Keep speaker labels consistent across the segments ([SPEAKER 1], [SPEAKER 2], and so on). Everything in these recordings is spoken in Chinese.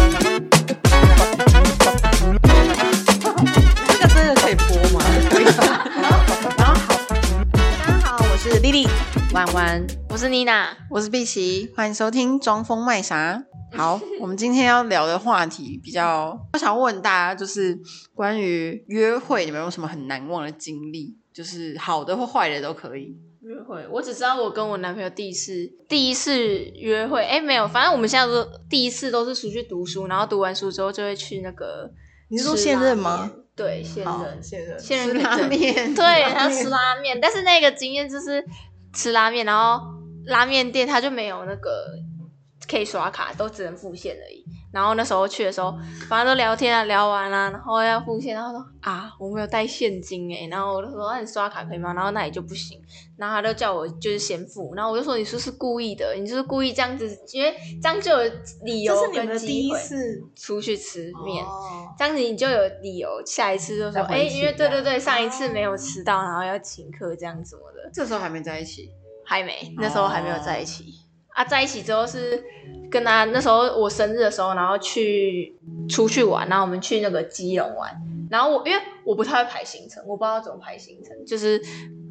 [SPEAKER 1] 弯弯，
[SPEAKER 2] 我是妮娜，
[SPEAKER 3] 我是碧琪，欢迎收听《装疯卖傻》。好，我们今天要聊的话题比较，我想问大家，就是关于约会，你们有没有什么很难忘的经历？就是好的或坏的都可以。
[SPEAKER 2] 约会，我只知道我跟我男朋友第一次第一次约会，哎、没有，反正我们现在都第一次都是出去读书，然后读完书之后就会去那个。
[SPEAKER 1] 你是说现任吗？？
[SPEAKER 2] 对，现
[SPEAKER 1] 好
[SPEAKER 3] 哦
[SPEAKER 2] 任，
[SPEAKER 1] 现任。
[SPEAKER 2] 现
[SPEAKER 3] 吃
[SPEAKER 2] 任
[SPEAKER 3] 拉
[SPEAKER 2] 对
[SPEAKER 3] 面，
[SPEAKER 2] 对，然后吃拉面，但是那个经验就是吃拉面，然后拉面店它就没有那个可以刷卡，都只能付现而已。然后那时候去的时候，反正都聊天啊，聊完啦、然后要付现，然后说啊，我没有带现金诶、然后我就说，那、啊你刷卡可以吗？然后那里就不行，然后他就叫我就是先付，然后我就说你是不是故意的？你就是故意这样子，因为这样就有理
[SPEAKER 1] 这是
[SPEAKER 2] 由
[SPEAKER 1] 你们
[SPEAKER 2] 跟
[SPEAKER 1] 的第
[SPEAKER 2] 机
[SPEAKER 1] 一
[SPEAKER 2] 会
[SPEAKER 1] 次
[SPEAKER 2] 出去吃面。
[SPEAKER 1] 哦
[SPEAKER 2] 这样子你就有理由下一次就说，
[SPEAKER 1] 再回
[SPEAKER 2] 哎、
[SPEAKER 1] 去
[SPEAKER 2] 因为
[SPEAKER 1] 这
[SPEAKER 2] 对
[SPEAKER 1] 样
[SPEAKER 2] 对对，上一次没有吃到，然后要请客这样什么的，
[SPEAKER 3] 这时候还没在一起，
[SPEAKER 2] 还没，那时候还没有在一起、
[SPEAKER 1] 哦
[SPEAKER 2] 啊，在一起之后是跟他那时候我生日的时候，然后去出去玩，然后我们去那个基隆玩，然后我因为我不太会排行程，我不知道怎么排行程，就是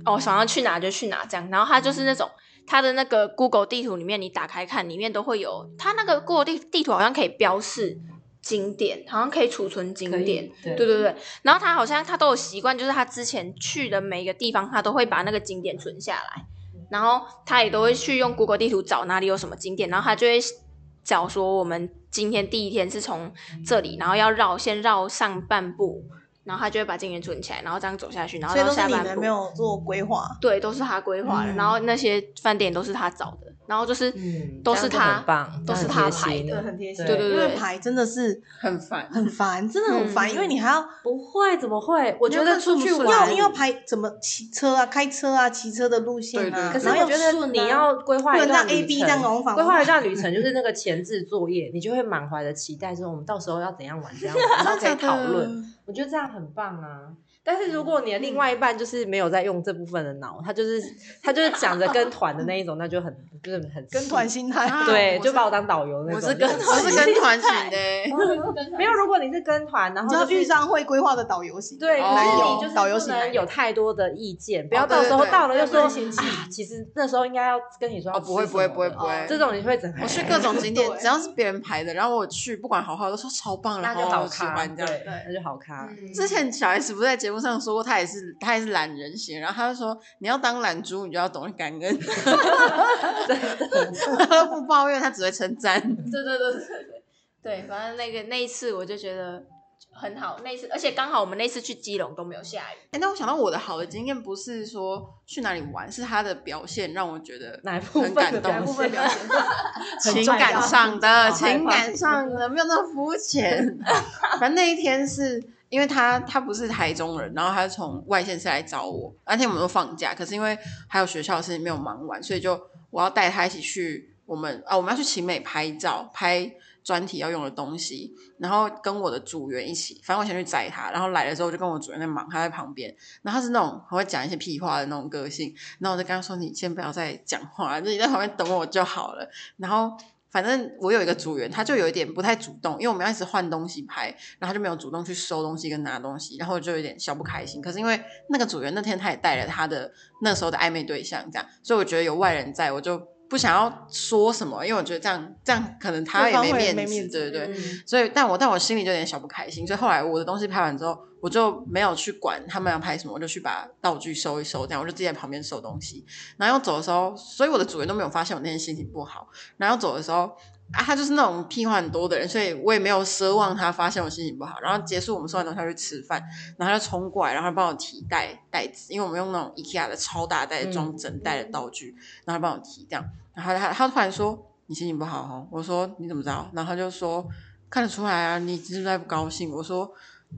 [SPEAKER 2] 哦想要去哪就去哪这样，然后他就是那种。它的那个 Google 地图里面，你打开看，里面都会有它那个 Google 地地图好像可以标示景点，好像可以储存景点，
[SPEAKER 1] 对
[SPEAKER 2] 对对对，然后他好像他都有习惯，就是他之前去的每一个地方，他都会把那个景点存下来，然后他也都会去用 Google 地图找哪里有什么景点，然后他就会找说我们今天第一天是从这里，然后要绕先绕上半步，然后他就会把景点存起来，然后这样走下去，然后
[SPEAKER 1] 所以
[SPEAKER 2] 到
[SPEAKER 1] 都是
[SPEAKER 2] 下
[SPEAKER 1] 你
[SPEAKER 2] 半
[SPEAKER 1] 们
[SPEAKER 2] 步
[SPEAKER 1] 没。有做规划，
[SPEAKER 2] 对，都是他规划的，
[SPEAKER 1] 嗯
[SPEAKER 2] 然后那些饭店都是他找的，然后就是、
[SPEAKER 4] 嗯，
[SPEAKER 2] 都是
[SPEAKER 4] 这样就
[SPEAKER 2] 他
[SPEAKER 4] 很棒，
[SPEAKER 2] 都是
[SPEAKER 4] 这样很
[SPEAKER 2] 他
[SPEAKER 4] 贴心
[SPEAKER 2] 排的
[SPEAKER 3] 很贴
[SPEAKER 4] 心
[SPEAKER 2] 对对
[SPEAKER 1] 因
[SPEAKER 2] 对
[SPEAKER 1] 为排真的是
[SPEAKER 3] 很烦。
[SPEAKER 1] 很烦，真的很烦，
[SPEAKER 2] 嗯
[SPEAKER 1] 因为你还要
[SPEAKER 4] 不会，怎么会？我
[SPEAKER 1] 你
[SPEAKER 4] 觉
[SPEAKER 1] 要
[SPEAKER 4] 得
[SPEAKER 1] 看
[SPEAKER 4] 出
[SPEAKER 1] 顺
[SPEAKER 4] 去
[SPEAKER 1] 不顺要
[SPEAKER 4] 玩
[SPEAKER 1] 要排怎么骑车啊、开车啊、骑车的路线啊，
[SPEAKER 3] 对对对
[SPEAKER 4] 可是
[SPEAKER 1] 然后
[SPEAKER 4] 我
[SPEAKER 1] 要
[SPEAKER 4] 觉得
[SPEAKER 1] 顺啊
[SPEAKER 4] 你要规划
[SPEAKER 1] 不
[SPEAKER 4] 一
[SPEAKER 1] 能让
[SPEAKER 4] 段旅
[SPEAKER 1] A
[SPEAKER 4] 程
[SPEAKER 1] B 这样往返
[SPEAKER 4] 规划一段旅程就是那个前置作业，你就会满怀的期待，说我们到时候要怎样玩，怎样玩，然后可以讨论。我觉得这样很棒啊！但是如果你的另外一半就是没有在用这部分的脑，他就是他就是想着跟团的那一种，那就很就是很
[SPEAKER 1] 跟团心态，
[SPEAKER 3] 啊
[SPEAKER 4] 对，
[SPEAKER 3] 我
[SPEAKER 4] 就是把我当导游那种。
[SPEAKER 2] 我是跟
[SPEAKER 4] 就很
[SPEAKER 3] 我是
[SPEAKER 4] 气
[SPEAKER 3] 跟团型的、
[SPEAKER 4] 没有，如果你是跟团，然
[SPEAKER 1] 你
[SPEAKER 4] 后
[SPEAKER 1] 知道
[SPEAKER 4] 就是
[SPEAKER 1] 遇上会规划的导游型，
[SPEAKER 4] 对，
[SPEAKER 3] 哦
[SPEAKER 4] 可是
[SPEAKER 1] 男
[SPEAKER 4] 你
[SPEAKER 1] 友
[SPEAKER 4] 就是
[SPEAKER 1] 导游
[SPEAKER 4] 不
[SPEAKER 1] 型
[SPEAKER 4] 能
[SPEAKER 1] 男
[SPEAKER 4] 有
[SPEAKER 1] 友
[SPEAKER 4] 太多的意见，不要
[SPEAKER 3] 哦对
[SPEAKER 4] 到时候
[SPEAKER 3] 对
[SPEAKER 4] 到了
[SPEAKER 3] 对
[SPEAKER 4] 又
[SPEAKER 3] 不
[SPEAKER 4] 说
[SPEAKER 3] 能
[SPEAKER 1] 嫌弃
[SPEAKER 4] 啊，其实那时候应该要跟你说要
[SPEAKER 3] 哦，不会
[SPEAKER 4] 吃
[SPEAKER 3] 不会
[SPEAKER 4] 什么
[SPEAKER 3] 不会
[SPEAKER 4] 的
[SPEAKER 3] 不会，
[SPEAKER 4] 这种你会整
[SPEAKER 3] 我去各种景 点，
[SPEAKER 1] 对
[SPEAKER 3] 只要是别人排的，然后我去，不管好坏，我都说超棒，
[SPEAKER 4] 那
[SPEAKER 3] 然
[SPEAKER 4] 就
[SPEAKER 3] 后
[SPEAKER 4] 好
[SPEAKER 3] 我喜
[SPEAKER 4] 咖，
[SPEAKER 3] 欢这样。
[SPEAKER 4] 对，那就好
[SPEAKER 1] 嗯
[SPEAKER 4] 咖。
[SPEAKER 2] 嗯
[SPEAKER 3] 之前小 S 不是在节目上说过，她也是她也是懒人型，然后她就说你要当懒猪，你就要懂得感 恩， 她都不抱怨，她只会称赞。
[SPEAKER 2] 对对对对对对，反正那个那一次我就觉得很好，那一次而且刚好我们那次去基隆都没有下雨，
[SPEAKER 3] 哎、那我想到我的好的经验不是说去哪里玩，是她的表现让我觉得
[SPEAKER 4] 哪一部
[SPEAKER 3] 很
[SPEAKER 4] 分
[SPEAKER 3] 感
[SPEAKER 4] 的
[SPEAKER 3] 动
[SPEAKER 4] 表
[SPEAKER 1] 部
[SPEAKER 4] 现
[SPEAKER 1] 分表现，
[SPEAKER 3] 情
[SPEAKER 1] 重要
[SPEAKER 3] 感上的，
[SPEAKER 4] 好害怕
[SPEAKER 3] 哦情感上的，没有那么肤浅。 反正那一天是因为他他不是台中人，然后他是从外县市来找我，那天我们都放假，可是因为还有学校的事情没有忙完，所以就我要带他一起去我们啊，我们要去奇美拍照，拍专题要用的东西，然后跟我的组员一起，反正我先去载他，然后来的时候我就跟我组员在忙，他在旁边，然后他是那种很会讲一些屁话的那种个性，然后我就跟他说：“你先不要再讲话，就你在旁边等我就好了。”然后反正我有一个组员，他就有一点不太主动，因为我们要一直换东西拍，然后他就没有主动去收东西跟拿东西，然后我就有点小不开心。可是因为那个组员那天他也带了他的那时候的暧昧对象，这样，所以我觉得有外人在，我就不想要说什么，因为我觉得这样这样可能他
[SPEAKER 1] 对
[SPEAKER 3] 也
[SPEAKER 1] 方
[SPEAKER 3] 没
[SPEAKER 1] 会
[SPEAKER 3] 面
[SPEAKER 1] 没
[SPEAKER 3] 子，
[SPEAKER 1] 面子
[SPEAKER 3] 对对对。
[SPEAKER 2] 嗯
[SPEAKER 3] 所以，但我但我心里就有点小不开心，所以后来我的东西拍完之后，我就没有去管他们要拍什么，我就去把道具收一收，这样我就自己在旁边收东西。然后要走的时候，所以我的主人都没有发现我那天心情不好。然后要走的时候，啊，他就是那种屁话很多的人，所以我也没有奢望他发现我心情不好。然后结束我们收完东西要去吃饭，然后他就冲过来，然后他帮我提袋袋子，因为我们用那种 IKEA 的超大袋子装整袋的道具，然后他帮我提这样。然后他他突然说：“你心情不好哦。”我说：“你怎么知道？”然后他就说：“看得出来啊，你是不是在不高兴？”我说：“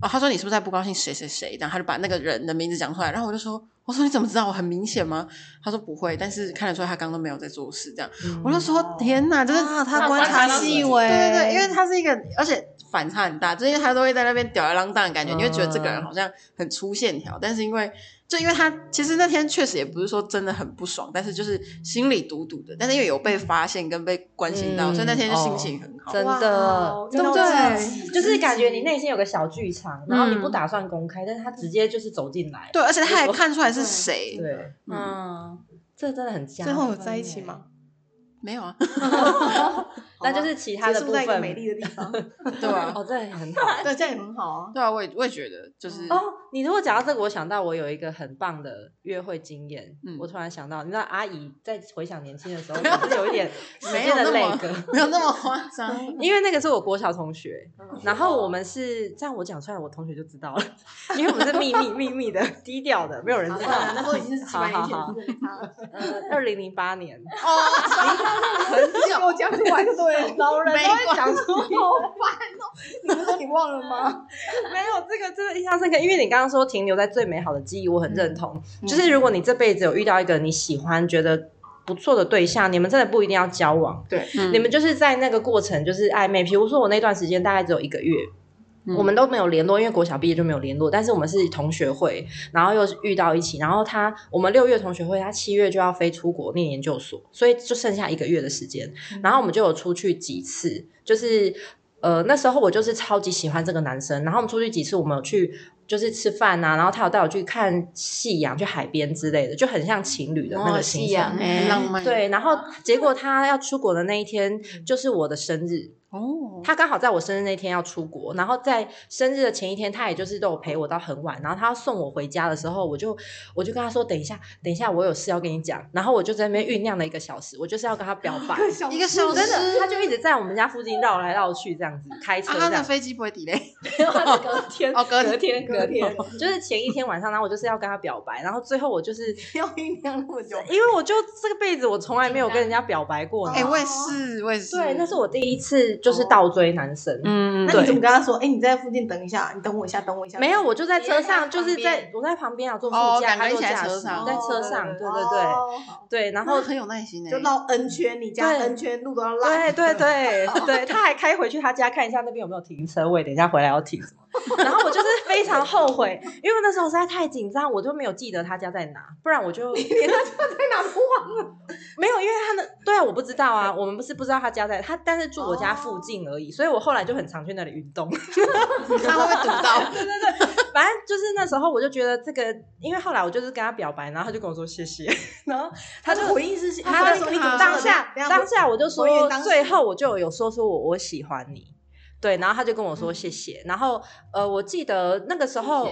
[SPEAKER 3] 哦。”他说：“你是不是在不高兴？谁谁谁？”然后他就把那个人的名字讲出来，然后我就说：“我说你怎么知道？我很明显吗？”他说：“不会，但是看得出来他刚刚都没有在做事。”这样，我就
[SPEAKER 1] 嗯
[SPEAKER 3] 说：“天哪，就是
[SPEAKER 1] 啊，他
[SPEAKER 2] 那
[SPEAKER 1] 观
[SPEAKER 2] 观
[SPEAKER 1] 察
[SPEAKER 2] 察
[SPEAKER 1] 细
[SPEAKER 2] 细
[SPEAKER 1] 微，
[SPEAKER 3] 对对对，因为他是一个，而且反差很大，就是因为他都会在那边吊儿郎当的感觉，你会觉得这个人好像很粗线条，但是因为就因为他其实那天确实也不是说真的很不爽，但是就是心里堵堵的，但是因为有被发现跟被关心到，
[SPEAKER 4] 嗯
[SPEAKER 3] 所以那天就心情很好。
[SPEAKER 4] 真
[SPEAKER 1] 哇
[SPEAKER 4] 的，对不
[SPEAKER 1] 真的
[SPEAKER 4] 对？就是感觉你内心有个小剧场，然后你不
[SPEAKER 2] 嗯
[SPEAKER 4] 打算公开，但是他直接就是走进来，
[SPEAKER 3] 对，而且他还看出来是谁，
[SPEAKER 4] 对，
[SPEAKER 3] 嗯，
[SPEAKER 2] 嗯，
[SPEAKER 4] 这真的很加
[SPEAKER 1] 最
[SPEAKER 4] 分欸。
[SPEAKER 1] 后有在一起吗？
[SPEAKER 3] 没有啊，
[SPEAKER 4] 那就是其他
[SPEAKER 1] 结
[SPEAKER 4] 的
[SPEAKER 1] 束
[SPEAKER 4] 部
[SPEAKER 1] 在一个
[SPEAKER 4] 分。
[SPEAKER 1] 美丽的地 方，
[SPEAKER 3] 对啊，
[SPEAKER 4] 哦，这也很 好。
[SPEAKER 1] 对，这样也很好啊。
[SPEAKER 3] 对啊，我也我也觉得就是
[SPEAKER 4] 哦，你如果讲到这个，我想到我有一个很棒的约会经验。
[SPEAKER 3] 嗯
[SPEAKER 4] 我突然想到，你知道阿姨在回想年轻的 时候，我是有一点时
[SPEAKER 3] 没
[SPEAKER 4] 间
[SPEAKER 3] 有
[SPEAKER 4] 的
[SPEAKER 3] 那
[SPEAKER 4] 泪
[SPEAKER 3] 么
[SPEAKER 4] 哥，
[SPEAKER 3] 没有那么夸张，
[SPEAKER 4] 因为那个是我国小同学，
[SPEAKER 2] 嗯
[SPEAKER 4] 然后我们是这样，我讲出来，我同学就知道了，因为我们是秘密秘密的、低调的，没有人
[SPEAKER 1] 好
[SPEAKER 4] 知
[SPEAKER 1] 算了，
[SPEAKER 3] 啊
[SPEAKER 4] 道。
[SPEAKER 1] 那时候已经是几百年前
[SPEAKER 4] 好好
[SPEAKER 1] 的事了。
[SPEAKER 4] 二零零八年，
[SPEAKER 3] 哦
[SPEAKER 1] 很久，我讲出来就对了，老人
[SPEAKER 3] 没
[SPEAKER 1] 都会
[SPEAKER 3] 关
[SPEAKER 1] 讲出来。好烦哦！你不是说你忘了吗？
[SPEAKER 4] 没有这个真的印象深刻，因为你刚刚说停留在最美好的记忆，我很认同。
[SPEAKER 1] 嗯
[SPEAKER 4] 就是如果你这辈子有遇到一个你喜欢、觉得不错的对象，你们真的不一定要交往，
[SPEAKER 3] 嗯
[SPEAKER 4] 你们就是在那个过程就是暧昧。比如说我那段时间大概只有一个月，
[SPEAKER 3] 嗯
[SPEAKER 4] 我们都没有联络，因为国小毕业就没有联络。但是我们是同学会，然后又是遇到一起，然后他我们六月同学会，他七月就要飞出国念研究所，所以就剩下一个月的时间。 然后我们就有出去几次，就是呃那时候我就是超级喜欢这个男生，然后我们出去几次，我们有去。就是吃饭呐、啊，然后他有带我去看夕阳，去海边之类的，就很像情侣的那
[SPEAKER 3] 哦
[SPEAKER 4] 个行程。
[SPEAKER 3] 嗯很浪漫，
[SPEAKER 4] 对，然后
[SPEAKER 3] 啊
[SPEAKER 4] 结果他要出国的那一天
[SPEAKER 3] 嗯
[SPEAKER 4] 就是我的生日，
[SPEAKER 3] 哦，
[SPEAKER 4] 他刚好在我生日那天要出国，然后在生日的前一天，他也就是都有陪我到很晚，然后他要送我回家的时候，我就我就跟他说，等一下，等一下，我有事要跟你讲，然后我就在那边酝酿了一个小时，我就是要跟他表白。
[SPEAKER 1] 小
[SPEAKER 3] 一个 小时
[SPEAKER 4] 真的，他就一直在我们家附近绕来绕去，这样子开车
[SPEAKER 3] 啊，
[SPEAKER 4] 这
[SPEAKER 3] 他
[SPEAKER 4] 样。
[SPEAKER 3] 的飞机不会 delay，
[SPEAKER 4] 没有，他是隔天，
[SPEAKER 3] 哦隔
[SPEAKER 4] 隔天，
[SPEAKER 1] 隔
[SPEAKER 4] 隔天，就是前一天晚上，然后我就是要跟他表白，然后最后我就是
[SPEAKER 1] 要酝酿那么久，
[SPEAKER 4] 因为我就这个辈子我从来没有跟人家表白过，
[SPEAKER 3] 哎，
[SPEAKER 4] 呢。
[SPEAKER 3] 我也是，我也是，
[SPEAKER 4] 对，那是我第一次就是倒追男生，
[SPEAKER 3] 嗯，
[SPEAKER 1] 那你
[SPEAKER 3] 对
[SPEAKER 1] 怎么跟他说？哎，你在附近等一下，你等我一下，等我一下。
[SPEAKER 4] 没有，我就在车上，
[SPEAKER 2] 你在
[SPEAKER 4] 就
[SPEAKER 2] 旁
[SPEAKER 4] 是
[SPEAKER 2] 边哦
[SPEAKER 4] 在我在旁边啊，坐副
[SPEAKER 3] 哦
[SPEAKER 4] 驾，
[SPEAKER 3] 两个
[SPEAKER 4] 他
[SPEAKER 3] 人一
[SPEAKER 4] 坐
[SPEAKER 3] 起在
[SPEAKER 4] 驾
[SPEAKER 3] 车
[SPEAKER 4] 驶，
[SPEAKER 3] 上
[SPEAKER 4] 在车上，对对对
[SPEAKER 1] 哦好
[SPEAKER 4] 对，然
[SPEAKER 3] 然 后
[SPEAKER 4] 后
[SPEAKER 3] 很有耐 心欸
[SPEAKER 1] 就绕 N 圈，你家
[SPEAKER 4] 对
[SPEAKER 1] N 圈路都要绕。
[SPEAKER 4] 对对对 对，他还开回去他家看一下那边有没有停车位，等一下回来要停什么。然后我就是非常后悔，因为我那时候实在太紧张，我就没有记得他家在哪，不然我就连他家在哪都忘了。没有，因为他那对啊，我不知道啊，我们不是不知道他家在，他但是住我家
[SPEAKER 2] 哦
[SPEAKER 4] 附近而已，所以我后来就很常去那里运动。
[SPEAKER 3] 他会不会堵到？
[SPEAKER 4] 对对对，反正就是那时候我就觉得这个，因为后来我就是跟他表白，然后他就跟我说谢谢，然后他
[SPEAKER 1] 他
[SPEAKER 4] 就
[SPEAKER 1] 的回应是是
[SPEAKER 4] 他
[SPEAKER 1] 他
[SPEAKER 4] 的
[SPEAKER 1] 说
[SPEAKER 3] 说
[SPEAKER 1] 你怎么
[SPEAKER 4] 当下
[SPEAKER 1] 这样
[SPEAKER 4] 当下我就说
[SPEAKER 1] 我以为当，时
[SPEAKER 4] 最后我就有说说我我喜欢你，对，然后他就跟我说谢谢，然后呃，我记得那个时候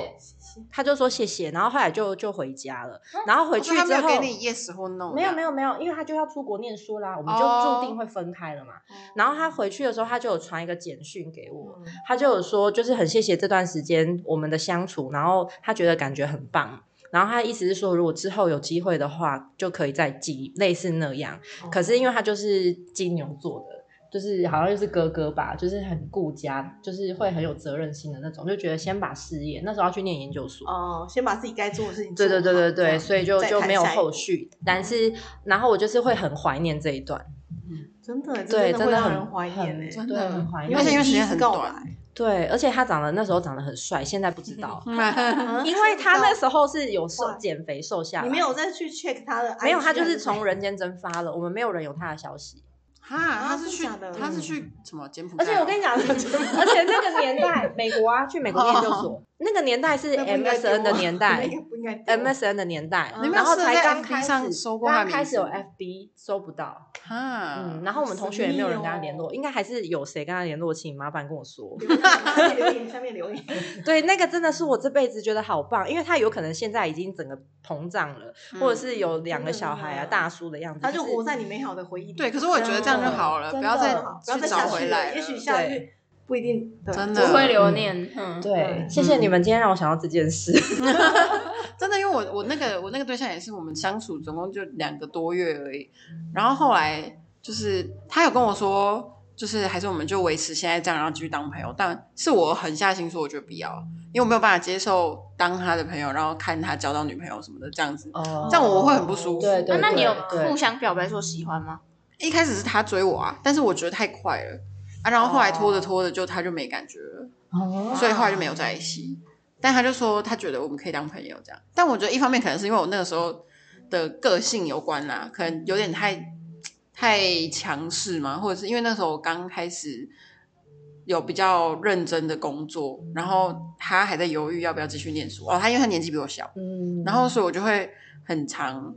[SPEAKER 4] 他就说谢谢，然后后来就就回家了，然后回去
[SPEAKER 3] 啊哦所以他
[SPEAKER 4] 之
[SPEAKER 3] 没有
[SPEAKER 4] 后
[SPEAKER 3] 给你 yes 或 no，
[SPEAKER 4] 没有没
[SPEAKER 3] 有，
[SPEAKER 4] 有没有，因为他就要出国念书啦，我们就
[SPEAKER 3] 哦
[SPEAKER 4] 注定会分开了嘛。然后他回去的时候，他就有传一个简讯给我，
[SPEAKER 1] 嗯
[SPEAKER 4] 他就有说，就是很谢谢这段时间我们的相处，然后他觉得感觉很棒。然后他意思是说，如果之后有机会的话，就可以再寄，类似那样。可是因为他就是金牛座的，就是好像又是哥哥吧，就是很顾家，就是会很有责任心的那种，就觉得先把事业，那时候要去念研究所，
[SPEAKER 1] 哦，先把自己该做的事情做
[SPEAKER 4] 对
[SPEAKER 1] 好。
[SPEAKER 4] 对对对
[SPEAKER 1] 这
[SPEAKER 4] 对，
[SPEAKER 1] 样
[SPEAKER 4] 所以就
[SPEAKER 1] 再
[SPEAKER 4] 就
[SPEAKER 1] 谈
[SPEAKER 4] 没有
[SPEAKER 1] 下一
[SPEAKER 4] 后
[SPEAKER 1] 步。
[SPEAKER 4] 续。但是，然后我就是会很怀念这一段，
[SPEAKER 1] 真的，这
[SPEAKER 4] 对，
[SPEAKER 1] 真的会
[SPEAKER 4] 真的
[SPEAKER 1] 让
[SPEAKER 4] 很
[SPEAKER 1] 人怀念欸
[SPEAKER 4] 很
[SPEAKER 1] 呢。
[SPEAKER 3] 真的
[SPEAKER 4] 对，很怀
[SPEAKER 3] 而且
[SPEAKER 4] 念。
[SPEAKER 3] 因为时间很短，
[SPEAKER 1] 告白，
[SPEAKER 4] 对，而且他长得那时候长得很帅，现在不知道
[SPEAKER 3] 嗯
[SPEAKER 1] 啊
[SPEAKER 4] 因为他那时候是有瘦
[SPEAKER 1] 哇
[SPEAKER 4] 减肥瘦下来，
[SPEAKER 1] 你没有再去 check 他的啊 IG 还，
[SPEAKER 4] 没有，他就是
[SPEAKER 1] 欸
[SPEAKER 4] 从人间蒸发了，我们没有人有他的消息。
[SPEAKER 3] 哈，他是去
[SPEAKER 1] 啊真的假的
[SPEAKER 3] 他是去什么柬埔寨
[SPEAKER 4] 嗯而
[SPEAKER 3] 啊？
[SPEAKER 4] 且我 跟你讲，而且那个年代，美国啊，去美国念研究所，那个年代是
[SPEAKER 1] 那不应该丢啊
[SPEAKER 4] MSN 的 年代
[SPEAKER 1] 那。个不应该丢啊
[SPEAKER 4] MSN 的年代
[SPEAKER 1] 嗯，
[SPEAKER 4] 然后才刚
[SPEAKER 3] 你没有
[SPEAKER 4] 开
[SPEAKER 3] 试着在 FB
[SPEAKER 4] 始
[SPEAKER 3] 上搜，过他的名
[SPEAKER 4] 刚
[SPEAKER 3] 字
[SPEAKER 4] 开始有 FB 搜不到，
[SPEAKER 3] 哈
[SPEAKER 4] 嗯，，然后我们同学也没有人跟他
[SPEAKER 1] 神秘哦
[SPEAKER 4] 联络，应该还是有谁跟他联络，请麻烦跟我说。
[SPEAKER 1] 留言啊下面留言，
[SPEAKER 3] 嗯
[SPEAKER 4] 对，那个真的是我这辈子觉得好棒，因为他有可能现在已经整个膨胀了，
[SPEAKER 3] 嗯
[SPEAKER 4] 或者是有两个小孩啊、
[SPEAKER 1] 真的
[SPEAKER 4] 大叔的样子，
[SPEAKER 1] 他就
[SPEAKER 4] 就是
[SPEAKER 1] 活在你美好的回忆里。
[SPEAKER 3] 对，可是我觉得这样就好了，
[SPEAKER 4] 哦真的哦
[SPEAKER 3] 不要再
[SPEAKER 1] 不要再
[SPEAKER 3] 去
[SPEAKER 1] 下
[SPEAKER 3] 找
[SPEAKER 1] 去
[SPEAKER 3] 回
[SPEAKER 1] 了
[SPEAKER 3] 来了，
[SPEAKER 1] 也许下个月不一定对
[SPEAKER 3] 真的
[SPEAKER 2] 不会留念，嗯，
[SPEAKER 4] 对，
[SPEAKER 1] 对
[SPEAKER 4] 谢谢你们今天让我想到这件事。
[SPEAKER 3] 嗯真的，因为我我那个我那个对象也是我们相处总共就两个多月而已，
[SPEAKER 4] 嗯
[SPEAKER 3] 然后后来就是他有跟我说，就是还是我们就维持现在这样，然后继续当朋友，但是我狠下心说我觉得不要，因为我没有办法接受当他的朋友，然后看他交到女朋友什么的这样子。
[SPEAKER 4] 哦
[SPEAKER 3] 这样我会很不舒服。
[SPEAKER 4] 对对
[SPEAKER 2] 啊那你有
[SPEAKER 4] 对
[SPEAKER 2] 互相表白说喜欢吗？
[SPEAKER 3] 一开始是他追我啊，但是我觉得太快了啊，然后后来拖着拖着就他就没感觉了。
[SPEAKER 4] 哦，
[SPEAKER 3] 所以后来就没有在一起。但他就说他觉得我们可以当朋友这样，但我觉得一方面可能是因为我那个时候的个性有关啦、可能有点太太强势嘛，或者是因为那时候我刚开始有比较认真的工作，然后他还在犹豫要不要继续念书哦，他因为他年纪比我小，
[SPEAKER 4] 嗯
[SPEAKER 3] 然后所以我就会很常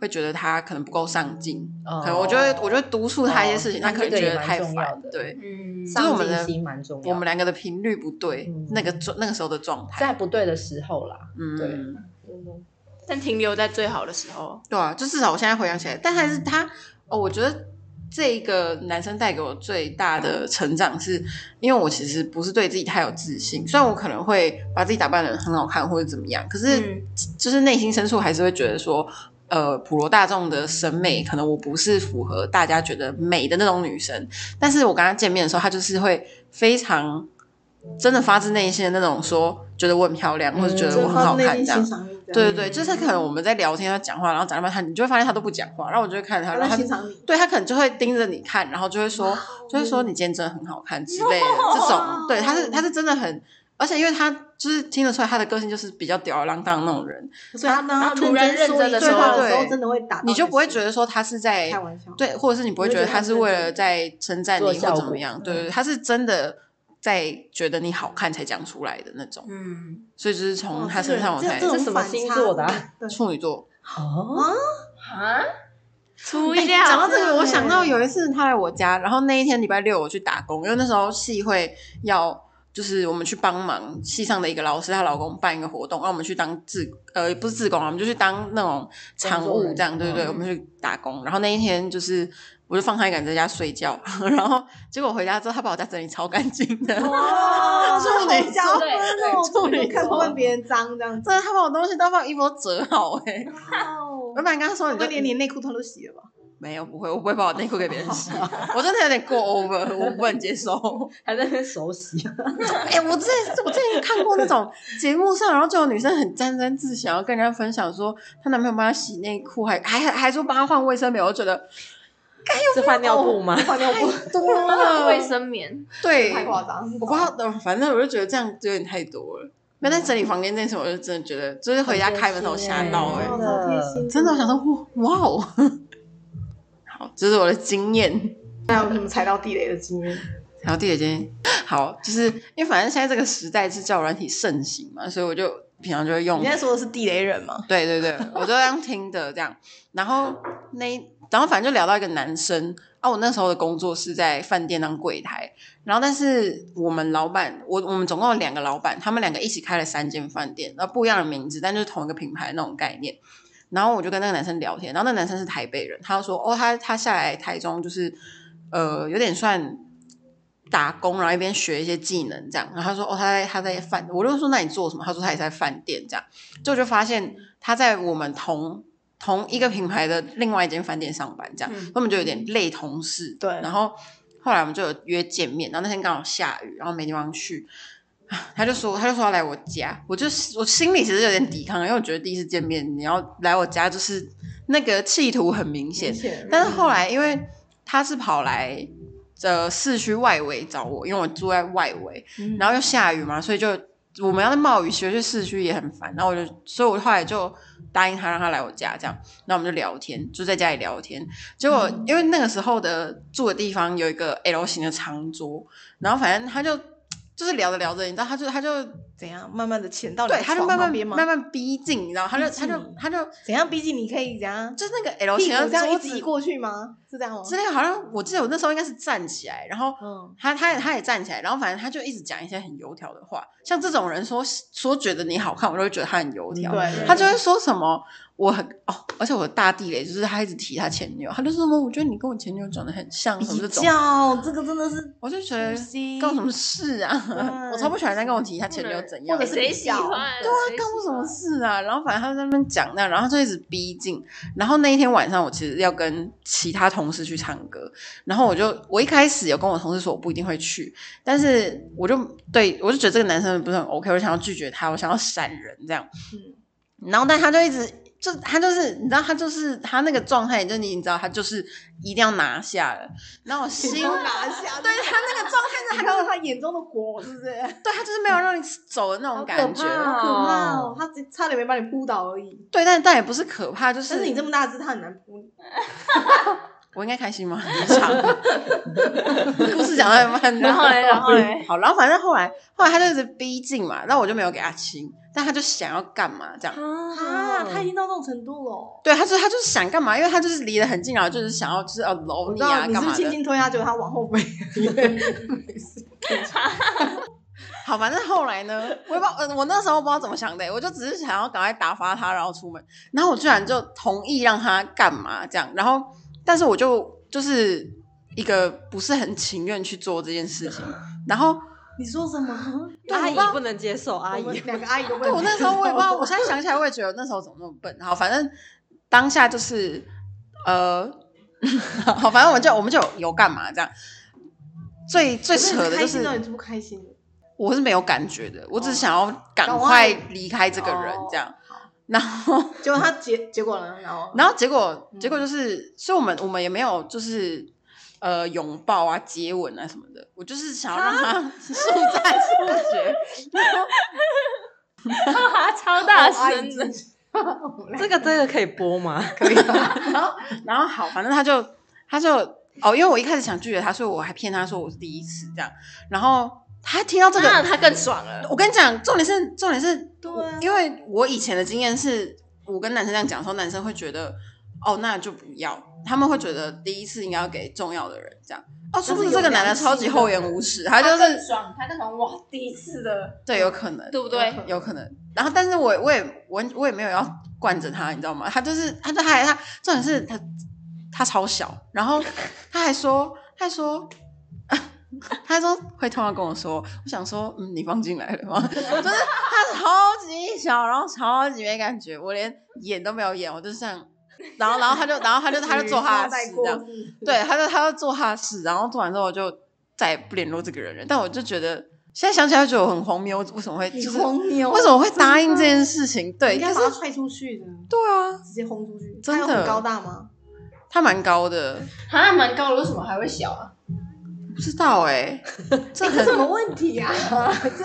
[SPEAKER 3] 会觉得他可能不够上进，
[SPEAKER 4] 哦
[SPEAKER 3] 可能我就会我就会督促他一些事情，
[SPEAKER 4] 哦
[SPEAKER 3] 他可能
[SPEAKER 4] 那这
[SPEAKER 3] 觉
[SPEAKER 4] 个也
[SPEAKER 3] 得太
[SPEAKER 4] 蛮重要
[SPEAKER 3] 烦
[SPEAKER 4] 的，
[SPEAKER 3] 对，
[SPEAKER 2] 嗯，
[SPEAKER 3] 就是我
[SPEAKER 4] 上
[SPEAKER 3] 们的
[SPEAKER 4] 进心蛮重要的。
[SPEAKER 3] 我们两个的频率不对
[SPEAKER 4] 嗯，
[SPEAKER 3] 那个状那个时候的状态，
[SPEAKER 4] 在不对的时候啦，对
[SPEAKER 3] 嗯。
[SPEAKER 2] 但停留在最好的时候，
[SPEAKER 3] 对啊，就至少我现在回想起来，但还是他哦，我觉得这一个男生带给我最大的成长是，因为我其实不是对自己太有自信，虽然我可能会把自己打扮的很好看或者怎么样，可是、
[SPEAKER 2] 嗯
[SPEAKER 3] 就是内心深处还是会觉得说。呃，普罗大众的审美，可能我不是符合大家觉得美的那种女生，但是我跟她见面的时候，她就是会非常真的发自内心的那种说，觉得我很漂亮，或者觉得
[SPEAKER 1] 就
[SPEAKER 3] 我很
[SPEAKER 1] 发
[SPEAKER 3] 好
[SPEAKER 1] 自内
[SPEAKER 3] 看
[SPEAKER 1] 心
[SPEAKER 3] 这样
[SPEAKER 1] 欣。赏你这样，
[SPEAKER 3] 对对对，就是可能我们在聊天、他讲话，然后讲到半他，你就会发现他都不讲话，然后我就会看着他，
[SPEAKER 1] 他
[SPEAKER 3] 然
[SPEAKER 1] 在
[SPEAKER 3] 后
[SPEAKER 1] 欣
[SPEAKER 3] 他
[SPEAKER 1] 赏你。
[SPEAKER 3] 对他可能就会盯着你看，然后就会
[SPEAKER 1] 哦
[SPEAKER 3] 说，就会说你今天真的很好看之 类的这种。对，他是他是真的很，而且因为他就是听得出来他的个性就是比较吊儿郎当的那种人，
[SPEAKER 1] 所以他当他
[SPEAKER 2] 突然
[SPEAKER 1] 认
[SPEAKER 2] 认真的
[SPEAKER 1] 说一句话
[SPEAKER 3] 时候
[SPEAKER 1] 的时候，
[SPEAKER 3] 对
[SPEAKER 1] 真的会打到心，
[SPEAKER 3] 你就不会觉得哎说他是在
[SPEAKER 1] 哦开玩笑。
[SPEAKER 3] 对，或者是你不会觉得他是为了在称赞你
[SPEAKER 4] 做
[SPEAKER 3] 或
[SPEAKER 4] 效果
[SPEAKER 3] 怎么样，对对，
[SPEAKER 1] 嗯
[SPEAKER 3] 对他是真的在觉得你好看才讲出来的那种。
[SPEAKER 2] 嗯，
[SPEAKER 3] 所以就是
[SPEAKER 1] 哦
[SPEAKER 3] 从他
[SPEAKER 1] 这个
[SPEAKER 3] 身上我
[SPEAKER 1] 这
[SPEAKER 3] 才
[SPEAKER 1] 这种
[SPEAKER 4] 是什么
[SPEAKER 1] 反
[SPEAKER 4] 星
[SPEAKER 1] 差
[SPEAKER 4] 座的啊
[SPEAKER 1] 感？ 对，
[SPEAKER 3] 处女座。
[SPEAKER 4] 哦，
[SPEAKER 2] 啊，出意
[SPEAKER 3] 哎，
[SPEAKER 2] 料。
[SPEAKER 3] 讲到这
[SPEAKER 1] 真
[SPEAKER 3] 个，
[SPEAKER 1] 的
[SPEAKER 3] 我
[SPEAKER 1] 耶
[SPEAKER 3] 想到有一次他来我家，然后那一天礼拜六我去打工，因为那时候系会要就是我们去帮忙系上的一个老师她老公办一个活动，让啊我们去当志呃不是志工啊，我们就去当那种常务这样，
[SPEAKER 4] 工作人员
[SPEAKER 3] 对对对，
[SPEAKER 2] 嗯
[SPEAKER 3] 我们去打工。然后那一天就是我就放他一个人在家睡觉， 然后结果回家之后他把我家整理超干净的，
[SPEAKER 1] 哇，
[SPEAKER 3] 处女座
[SPEAKER 1] 加分哦，
[SPEAKER 3] 对处女座
[SPEAKER 1] 看不惯别人脏这样子。
[SPEAKER 3] 真的他把我东西都把我衣服都折好哎、欸，
[SPEAKER 1] 哦
[SPEAKER 3] 老板刚刚说
[SPEAKER 1] 会
[SPEAKER 3] 你
[SPEAKER 1] 不
[SPEAKER 3] 就
[SPEAKER 1] 会连你内裤他都洗了吧？
[SPEAKER 3] 没有不会，我不会把我内裤给别人洗，我真的有点过 over，我不能接受。
[SPEAKER 4] 还在那边熟悉，
[SPEAKER 3] 哎、我之前我之前看过那种节目上，然后就有女生很沾沾自喜，然后跟人家分享说她男朋友帮她洗内裤，还还还说帮她换卫生棉，我就觉得
[SPEAKER 4] 是换尿布吗？
[SPEAKER 1] 换尿布
[SPEAKER 3] 多
[SPEAKER 1] 啊
[SPEAKER 3] 了
[SPEAKER 2] 卫生棉，
[SPEAKER 3] 对，
[SPEAKER 1] 太夸张，
[SPEAKER 3] 我不知道，反正我就觉得这样有点太多了。没有在整理房间那时候，我就真的觉得，就是回家开门的时候我吓到哎、
[SPEAKER 1] 哦好贴心，
[SPEAKER 3] 真的我想说哇哇哦，好，这是我的经验。
[SPEAKER 1] 还有什么踩到地雷的经验？
[SPEAKER 3] 然后第二件，好，就是因为反正现在这个时代是交友软体盛行嘛，所以我就平常就会用
[SPEAKER 1] 你现。在说的是地雷人吗？
[SPEAKER 3] 对对对，我就这样听的这样。然后那一，然后反正就聊到一个男生啊，我那时候的工作是在饭店当柜台，然后但是我们老板，我我们总共有两个老板，他们两个一起开了三间饭店，然后不一样的名字，但就是同一个品牌那种概念。然后我就跟那个男生聊天，然后那个男生是台北人，他就说哦，他他下来台中就是呃有点算打工，然后一边学一些技能这样。然后他说哦，他在他在饭，我就说那你做什么？他说他也在饭店这样。就我就发现他在我们同同一个品牌的另外一间饭店上班这样，
[SPEAKER 2] 嗯
[SPEAKER 3] 他们就有点类同事。
[SPEAKER 1] 对
[SPEAKER 3] 然后后来我们就有约见面，然后那天刚好下雨，然后没地方去。 啊他就说，他就说要来我家，我就我心里其实有点抵抗，因为我觉得第一次见面你要来我家，就是那个企图很明显。
[SPEAKER 1] 显
[SPEAKER 3] 但是后来，因为他是跑来呃市区外围找我，因为我住在外围，然后又下雨嘛，所以就我们要在冒雨学去市区也很烦。然后我就，所以我后来就答应他让他来我家这样，那我们就聊天，就在家里聊天。结果因为那个时候的住的地方有一个 L 型的长桌，然后反正他就就是聊着聊着，你知道，他就他就
[SPEAKER 1] 怎样慢慢的潜到你
[SPEAKER 3] 对，
[SPEAKER 1] 的
[SPEAKER 3] 他就
[SPEAKER 1] 床
[SPEAKER 3] 慢慢
[SPEAKER 1] 旁边吗？
[SPEAKER 3] 慢慢逼近，你知道，他就他就他就
[SPEAKER 1] 怎样逼近你可以怎样？
[SPEAKER 3] 就是那个 L
[SPEAKER 1] 屁
[SPEAKER 3] 型
[SPEAKER 1] 股
[SPEAKER 3] 的
[SPEAKER 1] 这样一
[SPEAKER 3] 桌
[SPEAKER 1] 直移
[SPEAKER 3] 子
[SPEAKER 1] 过去吗？是啊这样吗？
[SPEAKER 3] 之类，好像我记得我那时候应该是站起来，然后
[SPEAKER 1] 嗯，
[SPEAKER 3] 他他也他也站起来，然后反正他就一直讲一些很油条的话，像这种人说说觉得你好看，我就会觉得他很油条，
[SPEAKER 1] 嗯对，
[SPEAKER 3] 他就会说什么我很哦，而且我的大地雷就是他一直提他前女友，他就说什么我觉得你跟我前女友长得很像什么这
[SPEAKER 1] 比
[SPEAKER 3] 种，
[SPEAKER 1] 较这个真的是
[SPEAKER 3] 我就觉得
[SPEAKER 1] 呼吸，
[SPEAKER 3] 干我什么事啊，
[SPEAKER 1] 对
[SPEAKER 3] 我超不喜欢他跟我提他前女友怎
[SPEAKER 1] 嗯
[SPEAKER 3] 样
[SPEAKER 1] 或者
[SPEAKER 3] 的，
[SPEAKER 1] 是
[SPEAKER 2] 谁喜欢？对啊
[SPEAKER 3] 干我什么事啊？然后反正他在那边讲那，然后就一直逼近。然后那一天晚上，我其实要跟其他同事去唱歌，然后我就我一开始有跟我同事说我不一定会去，但是我就对我就觉得这个男生不是很 OK，我想要拒绝他，我想要闪人这样。然后但他就一直就他就是你知道他就是他那个状态，就你你知道他就是一定要拿下了。然后我心
[SPEAKER 1] 拿下，
[SPEAKER 3] 对他那个状态，
[SPEAKER 1] 他看到他眼中的果，是不是？
[SPEAKER 3] 对他就是没有让你走的那
[SPEAKER 4] 哦
[SPEAKER 3] 种感觉。
[SPEAKER 1] 好可怕哦！他只差点没把你扑倒而已。
[SPEAKER 3] 对，但但也不是可怕，就是
[SPEAKER 1] 但是你这么大只，他很难扑你。
[SPEAKER 3] 我应该开心吗？ 很长，故事讲到一半，
[SPEAKER 2] 然后嘞，然后嘞，
[SPEAKER 3] 好，然后反正后来后来他就一直逼近嘛，那我就没有给他亲，但他就想要干嘛这样。
[SPEAKER 1] 啊，他已经到这种程度了哦。
[SPEAKER 3] 对，他就他就是想干嘛，因为他就是离得很近，然后就是想要就是要
[SPEAKER 1] 我
[SPEAKER 3] 搂
[SPEAKER 1] 知
[SPEAKER 3] 你
[SPEAKER 1] 道
[SPEAKER 3] 啊，
[SPEAKER 1] 你是
[SPEAKER 3] 干
[SPEAKER 1] 不
[SPEAKER 3] 嘛
[SPEAKER 1] 是轻
[SPEAKER 3] 的。
[SPEAKER 1] 轻推他，结果他往后 飞？
[SPEAKER 3] 好，反正后来呢，我也不知道，呃我那时候不知道怎么想的，我就只是想要赶快打发他，然后出门，然后我居然就同意让他干嘛这样，然后但是我就就是一个不是很情愿去做这件事情，然后
[SPEAKER 1] 你说什 么？
[SPEAKER 4] 阿
[SPEAKER 3] 我不
[SPEAKER 4] 姨
[SPEAKER 3] 知道
[SPEAKER 4] 不能接受，阿
[SPEAKER 1] 我们
[SPEAKER 4] 姨
[SPEAKER 1] 两个阿姨都问。
[SPEAKER 3] 对我那时候我也不 知道，我现在想起来我也觉得那时候怎么那么笨。好，反正当下就是呃， 好，反正我们就我们就有干嘛这样。最最扯的
[SPEAKER 1] 开
[SPEAKER 3] 就
[SPEAKER 1] 心
[SPEAKER 3] 是
[SPEAKER 1] 到，你是不开心的？
[SPEAKER 3] 我是没有感觉的，我只是
[SPEAKER 1] 哦
[SPEAKER 3] 想要赶
[SPEAKER 1] 赶
[SPEAKER 3] 快
[SPEAKER 1] 快
[SPEAKER 3] 离开这个人
[SPEAKER 1] 哦
[SPEAKER 3] 这样。然后，
[SPEAKER 1] 结果他结 结果呢？然后
[SPEAKER 3] 然后结果
[SPEAKER 1] 嗯
[SPEAKER 3] 结果就是，所以我们我们也没有就是呃拥抱啊、接吻啊什么的，我就是想要让他 速战速决。
[SPEAKER 2] 超大
[SPEAKER 1] 哦阿姨
[SPEAKER 2] 声的，
[SPEAKER 1] 进去我们
[SPEAKER 4] 这个这个可以播吗？
[SPEAKER 3] 可以、啊。然后，然后好，反正他就他就哦，因为我一开始想拒绝他，所以我还骗他说我是第一次这样。然后他听到这个，
[SPEAKER 2] 那啊他更爽了。
[SPEAKER 3] 我跟你讲，重点是重点是，
[SPEAKER 1] 对啊
[SPEAKER 3] 因为我以前的经验是，我跟男生这样讲的时候，男生会觉得哦，那就不要，他们会觉得第一次应该要给重要的人这样。哦，是不是这个男的超级厚颜无耻？他就
[SPEAKER 2] 更
[SPEAKER 3] 是
[SPEAKER 2] 爽，他那种哇，第一次的，
[SPEAKER 3] 对，有可能，
[SPEAKER 2] 对不对？
[SPEAKER 3] 有可能。然后，但是我我也我我也没有要惯着他，你知道吗？他就是他就他还他重点是他他超小，然后他还说他还说。 他还说会突然跟我说，我想说，嗯，你放进来了吗？ 就是他超级小，然后超级没感觉，我连演都没有演，我就是这样，然后然后他就然后他就他就做 他的
[SPEAKER 1] 带
[SPEAKER 3] 事这
[SPEAKER 1] 过
[SPEAKER 3] 样，对，他就他就做他的事，然后做完之后我就再也不联络这个人了。但我就觉得现在想起来就觉得我很荒谬，为什么会就
[SPEAKER 1] 你
[SPEAKER 3] 是
[SPEAKER 1] 荒谬，
[SPEAKER 3] 为什么会答应这件事情？对，
[SPEAKER 1] 应
[SPEAKER 3] 但
[SPEAKER 1] 该
[SPEAKER 3] 是
[SPEAKER 1] 把他踹出去的，
[SPEAKER 3] 对啊，
[SPEAKER 1] 直接轰出去。
[SPEAKER 3] 真的
[SPEAKER 1] 他有很高大吗？
[SPEAKER 3] 他蛮高的，
[SPEAKER 2] 还啊蛮高的，为什么还会小啊？
[SPEAKER 3] 不知道哎、这
[SPEAKER 1] 这
[SPEAKER 3] 很
[SPEAKER 1] 什么问题啊？
[SPEAKER 3] 真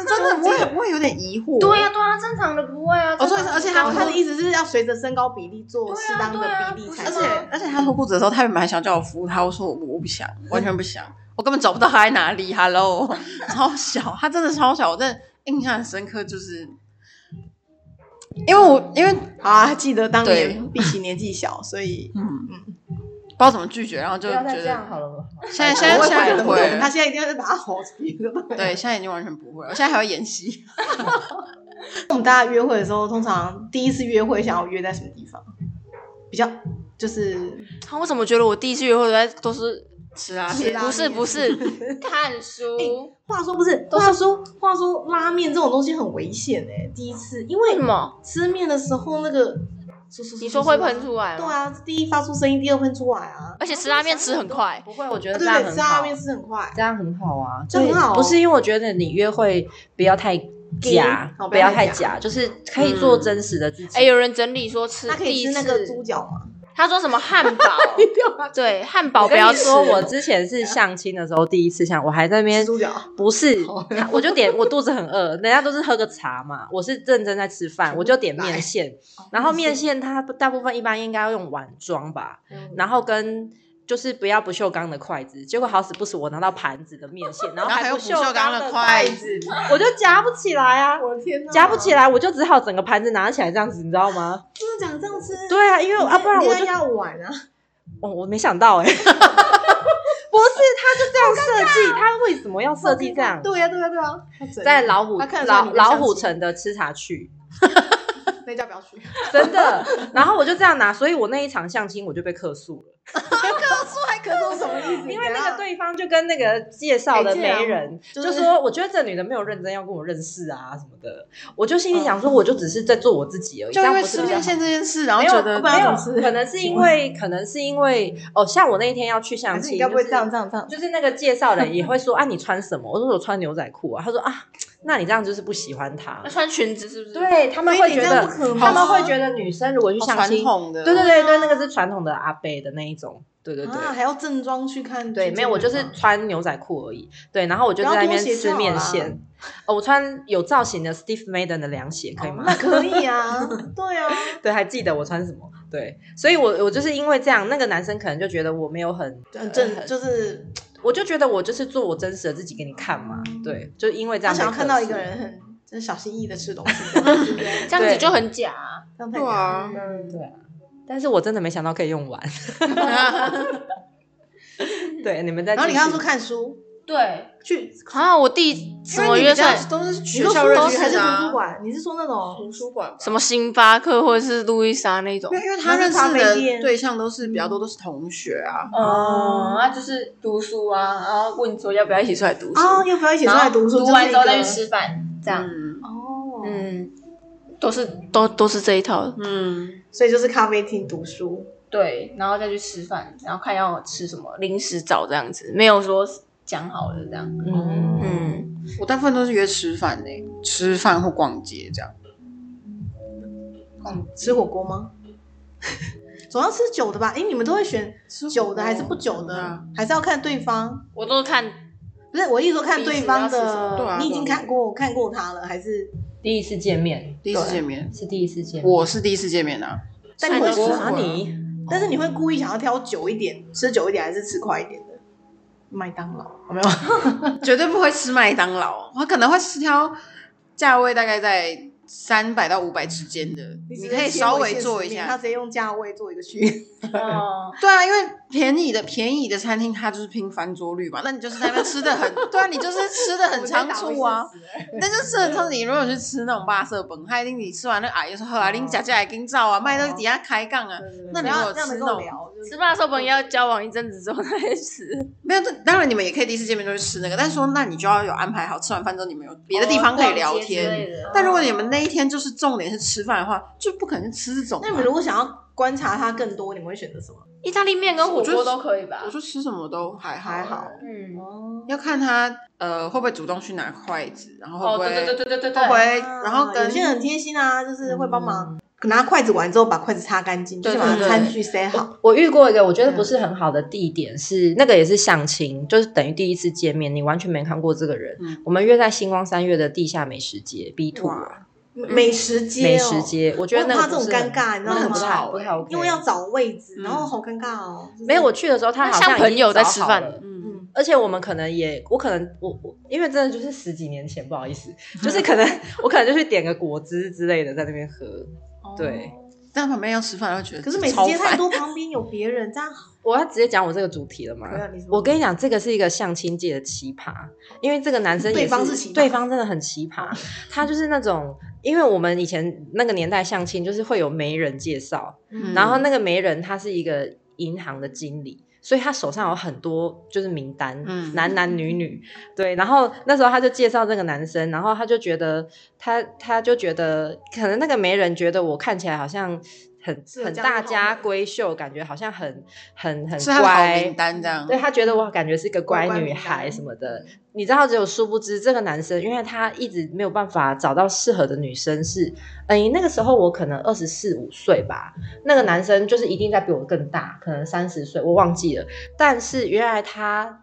[SPEAKER 3] 的，我也我也有点疑惑。
[SPEAKER 2] 对呀、对啊，正常的不会啊。
[SPEAKER 3] 哦
[SPEAKER 2] 正
[SPEAKER 3] 所
[SPEAKER 2] 常
[SPEAKER 3] 以
[SPEAKER 2] 的
[SPEAKER 3] 而且
[SPEAKER 1] 他
[SPEAKER 3] 他
[SPEAKER 1] 他
[SPEAKER 3] 他
[SPEAKER 1] 的
[SPEAKER 3] 的
[SPEAKER 1] 意思是要随着身高比例做
[SPEAKER 2] 对啊
[SPEAKER 1] 适当
[SPEAKER 2] 对啊
[SPEAKER 1] 的比例才
[SPEAKER 2] 不
[SPEAKER 3] 而
[SPEAKER 2] 是
[SPEAKER 3] 且
[SPEAKER 2] 吗
[SPEAKER 3] 而且他脱裤子的时候，他原本还想叫我扶他，我说我不我不想，完全不想，我根本找不到他在哪里。Hello，超 小，他真的超小，我真的印象很深刻，就是因为我因为
[SPEAKER 1] 好啊，记得当
[SPEAKER 3] 对
[SPEAKER 1] 年碧琪年纪小，所 以
[SPEAKER 3] 嗯不知道怎么拒绝，然后就
[SPEAKER 4] 不
[SPEAKER 3] 觉
[SPEAKER 4] 要再这
[SPEAKER 3] 得
[SPEAKER 4] 样好了吗？
[SPEAKER 3] 现在现在现在不会了
[SPEAKER 1] 他现在一定要把他吼死。
[SPEAKER 3] 对，现在已经完全不会了，我现在还会演戏。
[SPEAKER 1] 我们大家约会的时候，通常第一次约会想要约在什么地方？比较就是
[SPEAKER 2] 他为什么觉得我第一次约会都在都是
[SPEAKER 3] 是啊
[SPEAKER 1] 是啊
[SPEAKER 2] 不是不是看书？
[SPEAKER 1] 话说不是，话说话说拉面这种东西很危险哎、第一次，因
[SPEAKER 2] 为
[SPEAKER 1] 为
[SPEAKER 2] 什么？
[SPEAKER 1] 吃面的时候那个，嗖嗖嗖
[SPEAKER 2] 你说会
[SPEAKER 1] 嗖嗖
[SPEAKER 2] 喷出来
[SPEAKER 1] 对
[SPEAKER 2] 吗？
[SPEAKER 1] 啊，第一发出声音，第二喷出来啊。
[SPEAKER 2] 而且吃拉面吃很快，
[SPEAKER 4] 不会，我觉
[SPEAKER 1] 对对
[SPEAKER 4] 得这样
[SPEAKER 1] 对，
[SPEAKER 4] 很
[SPEAKER 1] 吃拉
[SPEAKER 4] 好
[SPEAKER 1] 面。吃很快，
[SPEAKER 4] 这样很好啊，
[SPEAKER 1] 这很好哦
[SPEAKER 4] 不是因为我觉得你约会不要太假
[SPEAKER 1] Gay，好，嗯
[SPEAKER 4] 不要
[SPEAKER 1] 不要太
[SPEAKER 4] 太
[SPEAKER 1] 假嗯
[SPEAKER 4] 假，就是可以做真实的自己。
[SPEAKER 2] 哎，有人整理说吃
[SPEAKER 1] 那可
[SPEAKER 2] 第
[SPEAKER 1] 以
[SPEAKER 2] 一
[SPEAKER 1] 吃那个
[SPEAKER 2] 次
[SPEAKER 1] 猪，脚吗？
[SPEAKER 2] 他说什么汉堡？对，汉堡
[SPEAKER 4] 我
[SPEAKER 2] 不
[SPEAKER 4] 跟
[SPEAKER 2] 要
[SPEAKER 4] 你
[SPEAKER 2] 吃。
[SPEAKER 4] 说，我之前是相亲的时候第一次相，我还在那边
[SPEAKER 1] 吃猪脚，
[SPEAKER 4] 不是，我就点我肚子很饿，人家都是喝个茶嘛，我是认真在吃饭，我就点面线，然后面线它大部分一般应该要用碗装吧，
[SPEAKER 1] 嗯，
[SPEAKER 4] 然后跟。就是不要不锈钢的筷子，结果好死不死我拿到盘子的面线，然后
[SPEAKER 3] 然后还有
[SPEAKER 4] 不
[SPEAKER 3] 不锈
[SPEAKER 4] 钢
[SPEAKER 3] 钢的筷
[SPEAKER 4] 筷，
[SPEAKER 3] 子，
[SPEAKER 4] 我就夹不起来啊，
[SPEAKER 1] 我的天哪，
[SPEAKER 4] 夹不起，来，我就只好整个盘子拿起来这样子，你知道 吗？
[SPEAKER 1] 真的讲这样吃，
[SPEAKER 4] 对啊，因为
[SPEAKER 1] 你
[SPEAKER 4] 啊，不然
[SPEAKER 1] 你
[SPEAKER 4] 我
[SPEAKER 1] 那
[SPEAKER 4] 就
[SPEAKER 1] 要碗啊，
[SPEAKER 4] 哦，我没想到哎、 不是，他就这样设计，他为什么要设计这样？
[SPEAKER 1] 对呀啊对呀对呀，他整
[SPEAKER 4] 在老虎
[SPEAKER 1] 他看得出来
[SPEAKER 4] 老
[SPEAKER 1] 你不
[SPEAKER 4] 老
[SPEAKER 1] 相
[SPEAKER 4] 虎
[SPEAKER 1] 信
[SPEAKER 4] 城的吃茶去，
[SPEAKER 1] 那家不要去，
[SPEAKER 4] 真的。然后我就这样拿，所以我那一场相亲我就被客诉了，
[SPEAKER 1] 还可是什么意思？
[SPEAKER 4] 因为那个对方就跟那个介绍的媒人
[SPEAKER 1] 哎就
[SPEAKER 4] 就是说，我觉得这女的没有认真要跟我认识啊什么的，我就
[SPEAKER 1] 哦
[SPEAKER 4] 心里想说，我就只是在做我自己而已，
[SPEAKER 3] 就
[SPEAKER 4] 这
[SPEAKER 3] 因
[SPEAKER 4] 样
[SPEAKER 3] 为
[SPEAKER 4] 不是
[SPEAKER 3] 吃
[SPEAKER 4] 比较
[SPEAKER 3] 面
[SPEAKER 4] 好
[SPEAKER 3] 线这件事，然后
[SPEAKER 4] 没有啊
[SPEAKER 3] 觉得
[SPEAKER 4] 没有，
[SPEAKER 1] 是
[SPEAKER 4] 可能是因为可能是因为哦，像我那一天要去相
[SPEAKER 1] 嗯还是
[SPEAKER 4] 亲，
[SPEAKER 1] 你该不会这
[SPEAKER 4] 就是
[SPEAKER 1] 样这样这样？
[SPEAKER 4] 就是那个介绍人也会说啊，你穿什么？我说我穿牛仔裤啊。他说啊，那你这样就是不喜欢他
[SPEAKER 2] 那。穿裙子是不是？，
[SPEAKER 4] 对他们会
[SPEAKER 1] 所以
[SPEAKER 4] 觉
[SPEAKER 1] 你这样不
[SPEAKER 4] 得
[SPEAKER 1] 可，啊能
[SPEAKER 4] 他们会觉得女生如果去
[SPEAKER 3] 好
[SPEAKER 4] 相
[SPEAKER 3] 传
[SPEAKER 4] 亲，
[SPEAKER 3] 统的，
[SPEAKER 4] 对对对对，那个是传统的阿伯的那一种，对对对。
[SPEAKER 1] 哦啊，还要正装去看？
[SPEAKER 4] 对，没有，我就是穿牛仔裤而已。对，然后我就
[SPEAKER 1] 不要
[SPEAKER 4] 在那
[SPEAKER 1] 拖
[SPEAKER 4] 边
[SPEAKER 1] 鞋就
[SPEAKER 4] 吃
[SPEAKER 1] 好
[SPEAKER 4] 面
[SPEAKER 1] 啦
[SPEAKER 4] 线。哦，我穿有造型的 Steve Madden 的凉鞋，可以
[SPEAKER 1] 哦
[SPEAKER 4] 吗？
[SPEAKER 1] 那可以 啊，对啊，
[SPEAKER 4] 对，还记得我穿什么？对，所以我我就是因为这样，那个男生可能就觉得我没有很
[SPEAKER 1] 很
[SPEAKER 4] 呃
[SPEAKER 1] 正，就是
[SPEAKER 4] 我就觉得我就是做我真实的自己给你看嘛，对，就因为
[SPEAKER 1] 嗯
[SPEAKER 4] 这
[SPEAKER 1] 他
[SPEAKER 4] 样
[SPEAKER 1] 想要
[SPEAKER 4] 被
[SPEAKER 1] 看到
[SPEAKER 4] 克
[SPEAKER 1] 一
[SPEAKER 4] 诉
[SPEAKER 1] 个人很真小心翼翼的吃东西，对不对？
[SPEAKER 2] 这样子就很假、啊。
[SPEAKER 1] 这样太
[SPEAKER 3] 对
[SPEAKER 1] 假了
[SPEAKER 3] 啊，
[SPEAKER 4] 对啊，但是我真的没想到可以用完。对，你们在
[SPEAKER 1] 然后你刚刚说看书，
[SPEAKER 2] 对，
[SPEAKER 1] 去
[SPEAKER 2] 啊，我弟什么
[SPEAKER 3] 因为你
[SPEAKER 2] 约
[SPEAKER 3] 比较
[SPEAKER 2] 在
[SPEAKER 3] 都是
[SPEAKER 1] 你
[SPEAKER 3] 学
[SPEAKER 1] 说
[SPEAKER 3] 校
[SPEAKER 1] 书
[SPEAKER 3] 认
[SPEAKER 1] 都
[SPEAKER 3] 识
[SPEAKER 1] 是还是
[SPEAKER 3] 的啊
[SPEAKER 1] 图书馆？你是说那种
[SPEAKER 3] 图书馆吧，
[SPEAKER 2] 什么星巴克或者是路易莎那种
[SPEAKER 3] 因为因为他
[SPEAKER 4] 那是
[SPEAKER 3] 认识
[SPEAKER 4] 咖啡
[SPEAKER 3] 的
[SPEAKER 4] 店
[SPEAKER 3] 对象都是比较多都是同学啊，
[SPEAKER 2] 哦，那就是读书啊，然后问说要不要一起出来读书，
[SPEAKER 1] 啊，要不要一起出
[SPEAKER 2] 然
[SPEAKER 1] 来
[SPEAKER 2] 后
[SPEAKER 1] 读书？
[SPEAKER 2] 读完之后
[SPEAKER 1] 这是
[SPEAKER 2] 再
[SPEAKER 1] 一
[SPEAKER 2] 去
[SPEAKER 1] 个
[SPEAKER 2] 吃饭，这样，
[SPEAKER 3] 嗯
[SPEAKER 1] 哦，嗯，
[SPEAKER 2] 嗯，都是都都是这一套的，
[SPEAKER 3] 嗯，
[SPEAKER 1] 所以就是咖啡厅读书，
[SPEAKER 2] 对，然后再去吃饭，然后看要吃什么零食找这样子，没有说讲好的这样，
[SPEAKER 4] 嗯，
[SPEAKER 2] 嗯，
[SPEAKER 3] 我大部分都是约吃饭呢，吃饭或逛街这样。嗯
[SPEAKER 1] 吃火锅吗？ 总要吃酒的吧？哎，你们都会选酒的还是不酒
[SPEAKER 3] 对
[SPEAKER 1] 的
[SPEAKER 3] 啊？
[SPEAKER 1] 还是要看对方？
[SPEAKER 2] 我都看
[SPEAKER 1] 不是，我一说看对方
[SPEAKER 2] 彼此要吃什么
[SPEAKER 3] 对啊
[SPEAKER 1] 的，你已经
[SPEAKER 3] 对啊
[SPEAKER 1] 看过看过他了，还是
[SPEAKER 4] 第一次见面
[SPEAKER 3] 第一次见面，
[SPEAKER 4] 是第一次见面，
[SPEAKER 3] 我是第一次见面啊，
[SPEAKER 1] 但你会
[SPEAKER 3] 吃火锅
[SPEAKER 4] 查你，
[SPEAKER 1] 但是你会故意想要挑久一点，吃久一点还是吃快一点的？麦当劳有没有？啊
[SPEAKER 3] 绝对不会吃麦当劳，我可能会吃挑价位大概在三百到五百之间的，你
[SPEAKER 1] 直接
[SPEAKER 3] 可以
[SPEAKER 1] 切
[SPEAKER 3] 稍
[SPEAKER 1] 回
[SPEAKER 3] 微
[SPEAKER 1] 现实
[SPEAKER 3] 做一
[SPEAKER 1] 面他
[SPEAKER 3] 下。
[SPEAKER 1] 直接用价位做一个区别。
[SPEAKER 2] 哦，
[SPEAKER 3] 对啊，因为便宜的便宜的餐厅它就是拼翻桌率嘛，那你就是在那边吃的 很，对啊，你就是吃的很仓促啊。
[SPEAKER 1] 欸
[SPEAKER 3] 那就是很像你如果去吃那种巴色本，他一定你吃完那个阿姨说好啊，恁食食会紧走啊，卖到底下开杠啊。那
[SPEAKER 1] 我
[SPEAKER 3] 你
[SPEAKER 1] 们
[SPEAKER 3] 如
[SPEAKER 1] 打
[SPEAKER 3] 果
[SPEAKER 1] 过一次，对对对不要这样能够
[SPEAKER 3] 吃那种，
[SPEAKER 1] 聊，就是
[SPEAKER 2] 吃饭的时候可能要交往一阵子之后再吃，
[SPEAKER 3] 没有，这当然你们也可以第一次见面就去吃那个，但是说那你就要有安排好，吃完饭之后你们有别的地方可以聊天。但如果你们那一天就是重点是吃饭的话，就不可能吃这种嘛。
[SPEAKER 1] 那你们如果想要观察他更多，你们会选择什么？
[SPEAKER 2] 意大利面跟火
[SPEAKER 3] 我觉得
[SPEAKER 2] 锅都可以吧
[SPEAKER 3] 我？说吃什么都还好
[SPEAKER 1] 还好
[SPEAKER 2] 嗯，
[SPEAKER 1] 哦，
[SPEAKER 3] 要看他呃会不会主动去拿筷子，然后会
[SPEAKER 2] 哦，
[SPEAKER 3] 不会、
[SPEAKER 2] 对对对对对对
[SPEAKER 3] 会不
[SPEAKER 2] 对，
[SPEAKER 3] 会，然后
[SPEAKER 1] 有
[SPEAKER 3] 跟嗯
[SPEAKER 1] 些人很贴心啊，就是会帮忙拿筷子完之后把筷子擦干净，就
[SPEAKER 3] 对
[SPEAKER 1] 是把
[SPEAKER 3] 对对
[SPEAKER 1] 餐具塞好。
[SPEAKER 4] 我遇过一个我觉得不是很好的地点是那个也是相亲，就是等于第一次见面，你完全没看过这个人。
[SPEAKER 3] 嗯
[SPEAKER 4] 我们约在星光三月的地下美食街 B Two
[SPEAKER 3] 哇
[SPEAKER 1] 美食街，
[SPEAKER 4] 嗯美食，街，我觉得
[SPEAKER 1] 我
[SPEAKER 4] 那
[SPEAKER 1] 很
[SPEAKER 4] 个
[SPEAKER 1] 怕这种
[SPEAKER 4] 不是很
[SPEAKER 1] 尴尬你知道
[SPEAKER 4] 那个
[SPEAKER 1] 吗
[SPEAKER 4] 不太好不太 OK
[SPEAKER 1] 因为要找位置，
[SPEAKER 3] 嗯
[SPEAKER 1] 然后好尴尬哦。就是
[SPEAKER 4] 没有我去的时候，他
[SPEAKER 2] 那
[SPEAKER 4] 好
[SPEAKER 2] 像
[SPEAKER 4] 已
[SPEAKER 2] 朋
[SPEAKER 4] 经
[SPEAKER 2] 友在
[SPEAKER 4] 找
[SPEAKER 2] 吃
[SPEAKER 4] 好
[SPEAKER 2] 饭
[SPEAKER 4] 了
[SPEAKER 3] 嗯
[SPEAKER 1] 嗯，
[SPEAKER 4] 而且我们可能也，我可能我我，因为真的就是十几年前，不好意思，就是可能 我可能就去点个果汁之类的，在那边喝。对，
[SPEAKER 3] 但旁边要吃饭会觉得
[SPEAKER 1] 哦可是美食
[SPEAKER 3] 超
[SPEAKER 1] 街太
[SPEAKER 3] 烦
[SPEAKER 1] 多，旁边有别人，这样好
[SPEAKER 4] 我要直接讲我这个主题了吗
[SPEAKER 1] 对啊你？说
[SPEAKER 4] 我跟你讲，这个是一个相亲界的奇葩，因为这个男生也
[SPEAKER 1] 对方是奇葩
[SPEAKER 4] 对方真的很奇 葩，他就是那种，因为我们以前那个年代相亲就是会有媒人介绍，
[SPEAKER 3] 嗯
[SPEAKER 4] 然后那个媒人他是一个银行的经理，所以他手上有很多就是名单，
[SPEAKER 3] 嗯
[SPEAKER 4] 男男女 女，对。然后那时候他就介绍这个男生，然后他就觉得他他就觉得可能那个媒人觉得我看起来好像很
[SPEAKER 1] 是有
[SPEAKER 4] 很
[SPEAKER 1] 这样
[SPEAKER 4] 大
[SPEAKER 1] 的
[SPEAKER 4] 家
[SPEAKER 1] 好的
[SPEAKER 4] 闺秀，感觉好像很很很
[SPEAKER 3] 是他的好名
[SPEAKER 4] 乖。
[SPEAKER 3] 单这样。
[SPEAKER 4] 对他觉得我感觉是个乖
[SPEAKER 1] 乖嗯
[SPEAKER 4] 女
[SPEAKER 1] 名
[SPEAKER 4] 孩
[SPEAKER 1] 单
[SPEAKER 4] 什么的，你知道，只有殊不知这个男生，因为他一直没有办法找到适合的女生是，哎，那个时候我可能二十四五岁吧，那个男生就是一定在比我更大，可能三十岁，我忘记了。但是原来他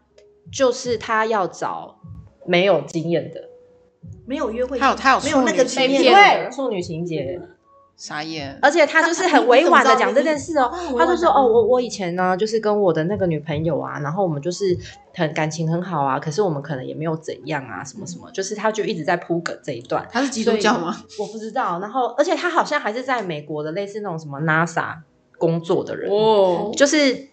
[SPEAKER 4] 就是他要找没有经验的，
[SPEAKER 1] 没有约会，
[SPEAKER 3] 他有他有
[SPEAKER 1] 没有那个
[SPEAKER 3] 处女
[SPEAKER 1] 经
[SPEAKER 3] 情
[SPEAKER 1] 验
[SPEAKER 2] 被骗
[SPEAKER 4] 对，处女情节，
[SPEAKER 3] 傻眼，
[SPEAKER 4] 而且他就是很委婉的讲这件事哦
[SPEAKER 1] 你怎么知道，
[SPEAKER 4] 他就说哦，我我以前呢就是跟我的那个女朋友啊，然后我们就是很感情很好啊，可是我们可能也没有怎样啊，什么什么，就是他就一直在铺梗这一段，
[SPEAKER 3] 他是基督教吗？
[SPEAKER 4] 我不知道。然后而且他好像还是在美国的类似那种什么 NASA 工作的人，
[SPEAKER 2] 哦，
[SPEAKER 4] 就是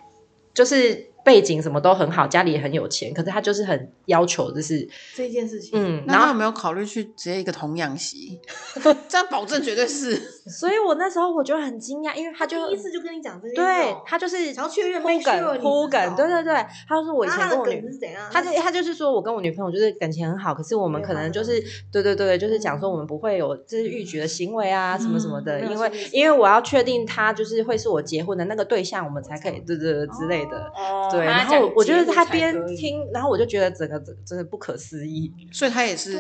[SPEAKER 4] 就是背景什么都很好，家里也很有钱，可是他就是很要求，就是
[SPEAKER 1] 这件事情，
[SPEAKER 4] 嗯，
[SPEAKER 3] 那
[SPEAKER 4] 然
[SPEAKER 3] 他有
[SPEAKER 4] 后
[SPEAKER 3] 没有考虑去直接一个童养媳？ 这样保证绝对是。
[SPEAKER 4] 所以我那时候我就很惊讶，因为他就
[SPEAKER 1] 第一次就跟你讲这件事
[SPEAKER 4] 对
[SPEAKER 1] 哦，
[SPEAKER 4] 他就是
[SPEAKER 1] 想要确认
[SPEAKER 4] 铺
[SPEAKER 1] make sure
[SPEAKER 4] 梗
[SPEAKER 1] 你
[SPEAKER 4] 铺
[SPEAKER 1] 知道
[SPEAKER 4] 梗，对对对，他就说我以
[SPEAKER 1] 哦那
[SPEAKER 4] 前
[SPEAKER 1] 他
[SPEAKER 4] 跟
[SPEAKER 1] 的
[SPEAKER 4] 我女
[SPEAKER 1] 梗。是怎样？
[SPEAKER 4] 他就他就是说，我跟我女朋友就是感情很好，可是我们
[SPEAKER 1] 没有
[SPEAKER 4] 可能
[SPEAKER 1] 发
[SPEAKER 4] 就
[SPEAKER 1] 生
[SPEAKER 4] 是对对对，就是讲
[SPEAKER 1] 嗯
[SPEAKER 4] 说我们不会有就是欲举的行为啊，什么什么的，
[SPEAKER 1] 没有
[SPEAKER 4] 因为
[SPEAKER 1] 性欲
[SPEAKER 4] 因为我要确定他就是会是我结婚的那个对象，我们才可
[SPEAKER 1] 嗯
[SPEAKER 4] 以对对对之类的。哦
[SPEAKER 1] 哦
[SPEAKER 4] 对，然后我觉得他边听，然后我就觉得整个真真的不可思议。
[SPEAKER 3] 所以他也是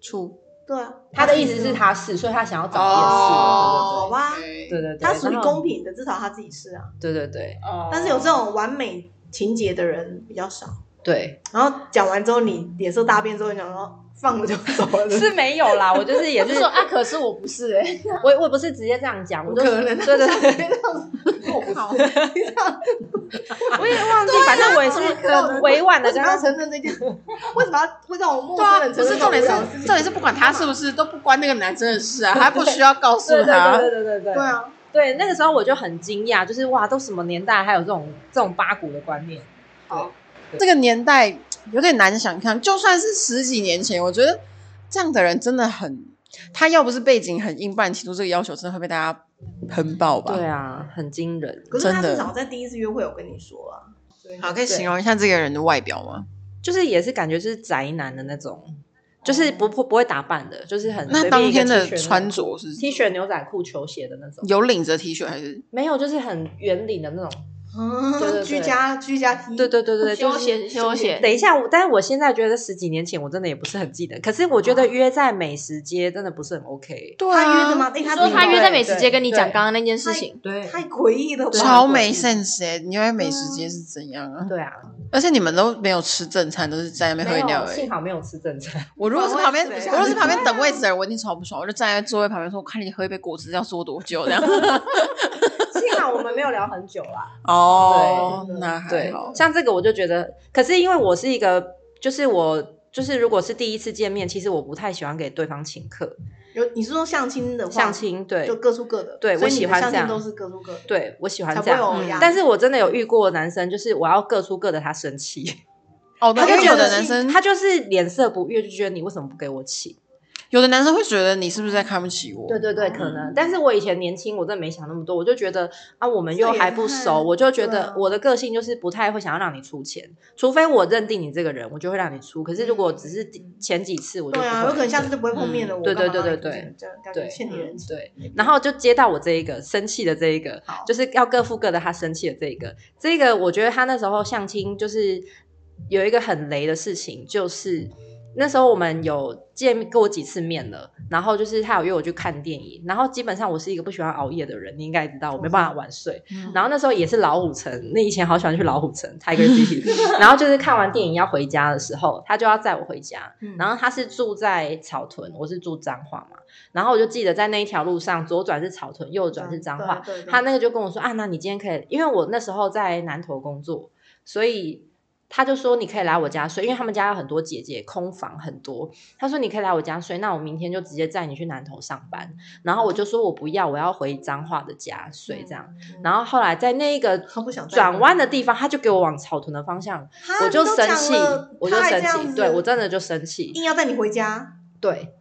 [SPEAKER 3] 处
[SPEAKER 1] 对啊，
[SPEAKER 4] 他的意思是他是，所以他想要找
[SPEAKER 1] 哦
[SPEAKER 4] 也
[SPEAKER 1] 哇
[SPEAKER 4] 是，对对对对对对，
[SPEAKER 1] 他属于
[SPEAKER 4] 然后哦
[SPEAKER 1] 公平的，至少他自己是啊。
[SPEAKER 4] 对对对
[SPEAKER 1] 但是有这种完美情节的人比较少。
[SPEAKER 4] 对，
[SPEAKER 1] 然后讲完之后，你脸色大变之后，你想说放我就走了，
[SPEAKER 4] 是没有啦，我就是 也
[SPEAKER 2] 就是说啊，可是我不是哎，
[SPEAKER 4] 我我不是直接这样讲，我就
[SPEAKER 1] 不可能
[SPEAKER 4] 对对对，
[SPEAKER 1] 我不
[SPEAKER 3] 靠
[SPEAKER 1] 是，
[SPEAKER 4] 我也忘记，反正我也是委婉的
[SPEAKER 1] 为
[SPEAKER 4] 跟
[SPEAKER 1] 什么
[SPEAKER 4] 他
[SPEAKER 1] 要承认这件事？ 为什么要为这种陌
[SPEAKER 3] 对
[SPEAKER 1] 生
[SPEAKER 3] 啊，
[SPEAKER 1] 人
[SPEAKER 3] 不
[SPEAKER 1] 承认这种
[SPEAKER 3] 是重点是
[SPEAKER 1] 小事，情？
[SPEAKER 3] 重点是不管他是不是都不关那个男生的事啊，他不需要告诉
[SPEAKER 4] 对
[SPEAKER 3] 他。
[SPEAKER 4] 对对对对对
[SPEAKER 1] 对啊，
[SPEAKER 4] 对，那个时候我就很惊讶，就是哇，都什么年代还有这种这种八股的观念？
[SPEAKER 3] 这个年代有点难想象，就算是十几年前，我觉得这样的人真的很，他要不是背景很硬，不然提出这个要求，真的会被大家喷爆吧？
[SPEAKER 4] 对啊，很惊人。
[SPEAKER 1] 可是他
[SPEAKER 3] 真的
[SPEAKER 1] 至少在第一次约会有跟你说啊。所以你
[SPEAKER 3] 好，可以
[SPEAKER 4] 对
[SPEAKER 3] 形容一下这个人的外表吗？
[SPEAKER 4] 就是也是感觉就是宅男的那种，就是不不不会打扮的，就是很
[SPEAKER 3] 那
[SPEAKER 4] 随
[SPEAKER 3] 当
[SPEAKER 4] 便一个
[SPEAKER 3] 天的
[SPEAKER 4] T 恤牛
[SPEAKER 3] 穿着是
[SPEAKER 4] T 恤、牛仔裤、球鞋的那种，
[SPEAKER 3] 有领着 T 恤还是？
[SPEAKER 4] 没有就是很圆领的那种。对对
[SPEAKER 1] 嗯，
[SPEAKER 4] 对
[SPEAKER 1] 居家居家踢，
[SPEAKER 4] 对对对对对，
[SPEAKER 2] 休
[SPEAKER 4] 就是
[SPEAKER 2] 闲休闲
[SPEAKER 4] 等一下，我但是我现在觉得十几年前我真的也不是很记得，可是我觉得约在美食街真的不是很 OK。
[SPEAKER 3] 对
[SPEAKER 1] 他约的？吗？哎，
[SPEAKER 2] 你
[SPEAKER 1] 他
[SPEAKER 2] 说他
[SPEAKER 1] 不
[SPEAKER 2] 约
[SPEAKER 1] 会
[SPEAKER 2] 在美食街
[SPEAKER 4] 对
[SPEAKER 2] 跟你讲
[SPEAKER 4] 对
[SPEAKER 2] 刚刚那件事情，
[SPEAKER 4] 对
[SPEAKER 1] 太诡异了吧？
[SPEAKER 3] 超没 sense 哎、你外美食街是怎样啊？
[SPEAKER 4] 对啊，
[SPEAKER 3] 而且你们都没有吃正餐，都是在那边喝饮
[SPEAKER 4] 没
[SPEAKER 3] 料
[SPEAKER 4] 有，
[SPEAKER 3] 而
[SPEAKER 4] 幸
[SPEAKER 3] 已。
[SPEAKER 4] 好没有吃正 餐。
[SPEAKER 3] 我如果是旁边，
[SPEAKER 1] 不好意思
[SPEAKER 3] 我如果是旁边等位置的人，我一定超不爽，我就站在座位旁边说：“我看你喝一杯果汁要坐多久这样。”
[SPEAKER 4] 幸好我们没有聊很久啦。
[SPEAKER 3] 哦，
[SPEAKER 1] 对
[SPEAKER 3] 那 还
[SPEAKER 4] 对
[SPEAKER 3] 好，。
[SPEAKER 4] 像这个我就觉得，可是因为我是一个，就是我就是如果是第一次见面，其实我不太喜欢给对方请客，
[SPEAKER 1] 有你是说相亲的话
[SPEAKER 4] 相亲对
[SPEAKER 1] 就各出各的，
[SPEAKER 4] 对
[SPEAKER 1] 所以你
[SPEAKER 4] 我喜
[SPEAKER 1] 的
[SPEAKER 4] 欢
[SPEAKER 1] 相
[SPEAKER 4] 这
[SPEAKER 1] 亲
[SPEAKER 4] 样
[SPEAKER 1] 都是各出各的，
[SPEAKER 4] 对我喜欢
[SPEAKER 1] 才不
[SPEAKER 4] 这
[SPEAKER 1] 会
[SPEAKER 4] 样。
[SPEAKER 1] 有
[SPEAKER 3] 嗯
[SPEAKER 1] 压力。
[SPEAKER 4] 但是我真的有遇过男生，就是我要各出各的，他生气，
[SPEAKER 3] 哦，对，
[SPEAKER 1] 他就
[SPEAKER 3] 因为
[SPEAKER 1] 觉
[SPEAKER 3] 有
[SPEAKER 1] 得
[SPEAKER 3] 的男
[SPEAKER 1] 是
[SPEAKER 3] 生，
[SPEAKER 4] 他就是脸色不悦，就觉得你为什么不给我请？
[SPEAKER 3] 有的男生会觉得你是不是在看不起我？
[SPEAKER 4] 对对
[SPEAKER 1] 嗯
[SPEAKER 4] 对，可能。但是我以前年轻，我真的没想那么多，我就觉得啊，我们
[SPEAKER 1] 这
[SPEAKER 4] 又
[SPEAKER 1] 也
[SPEAKER 4] 还不
[SPEAKER 1] 太
[SPEAKER 4] 熟，我就觉
[SPEAKER 1] 对啊
[SPEAKER 4] 得我的个性就是不太会想要让你出钱，除非我认定你这个人，我就会让你出。可是如果只是
[SPEAKER 1] 嗯
[SPEAKER 4] 前几次，我就
[SPEAKER 1] 对啊，
[SPEAKER 4] 不
[SPEAKER 1] 有
[SPEAKER 4] 会
[SPEAKER 1] 可能下次就不会碰面了。
[SPEAKER 4] 嗯
[SPEAKER 1] 我
[SPEAKER 4] 对
[SPEAKER 1] 干
[SPEAKER 4] 对
[SPEAKER 1] 嘛
[SPEAKER 4] 对
[SPEAKER 1] 让你
[SPEAKER 4] 对
[SPEAKER 1] 付
[SPEAKER 4] 对
[SPEAKER 1] 钱这样感觉
[SPEAKER 4] 对
[SPEAKER 1] 欠你人
[SPEAKER 4] 嗯
[SPEAKER 1] 情。
[SPEAKER 4] 对，然后就接到我这一个生气的这一个
[SPEAKER 1] 好，
[SPEAKER 4] 就是要各付各的，他生气的这一个，这个我觉得他那时候相亲就是有一个很雷的事情，就是那时候我们有见过几次面了，然后就是他有约我去看电影，然后基本上我是一个不喜欢熬夜的人，你应该也知道我没办法晚睡，
[SPEAKER 3] 嗯
[SPEAKER 4] 然后那时候也是老虎城，那以前好喜欢去老虎 城 Tiger City，然后就是看完电影要回家的时候，他就要载我回家，
[SPEAKER 1] 嗯
[SPEAKER 4] 然后他是住在草屯，我是住彰化嘛，然后我就记得在那一条路上，左转是草屯，右转是彰化，
[SPEAKER 1] 嗯对，对对
[SPEAKER 4] 他那个就跟我说啊，那你今天可以，因为我那时候在南投工作，所以他就说你可以来我家睡，因为他们家有很多姐姐，空房很多。他说你可以来我家睡，那我明天就直接载你去南投上班。然后我就说我不要，我要回彰化的家睡这样。
[SPEAKER 1] 嗯
[SPEAKER 4] 然后后来在那个
[SPEAKER 1] 他不想再
[SPEAKER 4] 转弯的地方，他就给我往草屯的方向，
[SPEAKER 1] 哈
[SPEAKER 4] 我
[SPEAKER 1] 你
[SPEAKER 4] 就
[SPEAKER 1] 都
[SPEAKER 4] 生
[SPEAKER 1] 讲
[SPEAKER 4] 气
[SPEAKER 1] 了，
[SPEAKER 4] 我就
[SPEAKER 1] 他还
[SPEAKER 4] 生
[SPEAKER 1] 这样
[SPEAKER 4] 气，
[SPEAKER 1] 子
[SPEAKER 4] 对我真的就生气。
[SPEAKER 1] 硬要带你回家，
[SPEAKER 4] 对，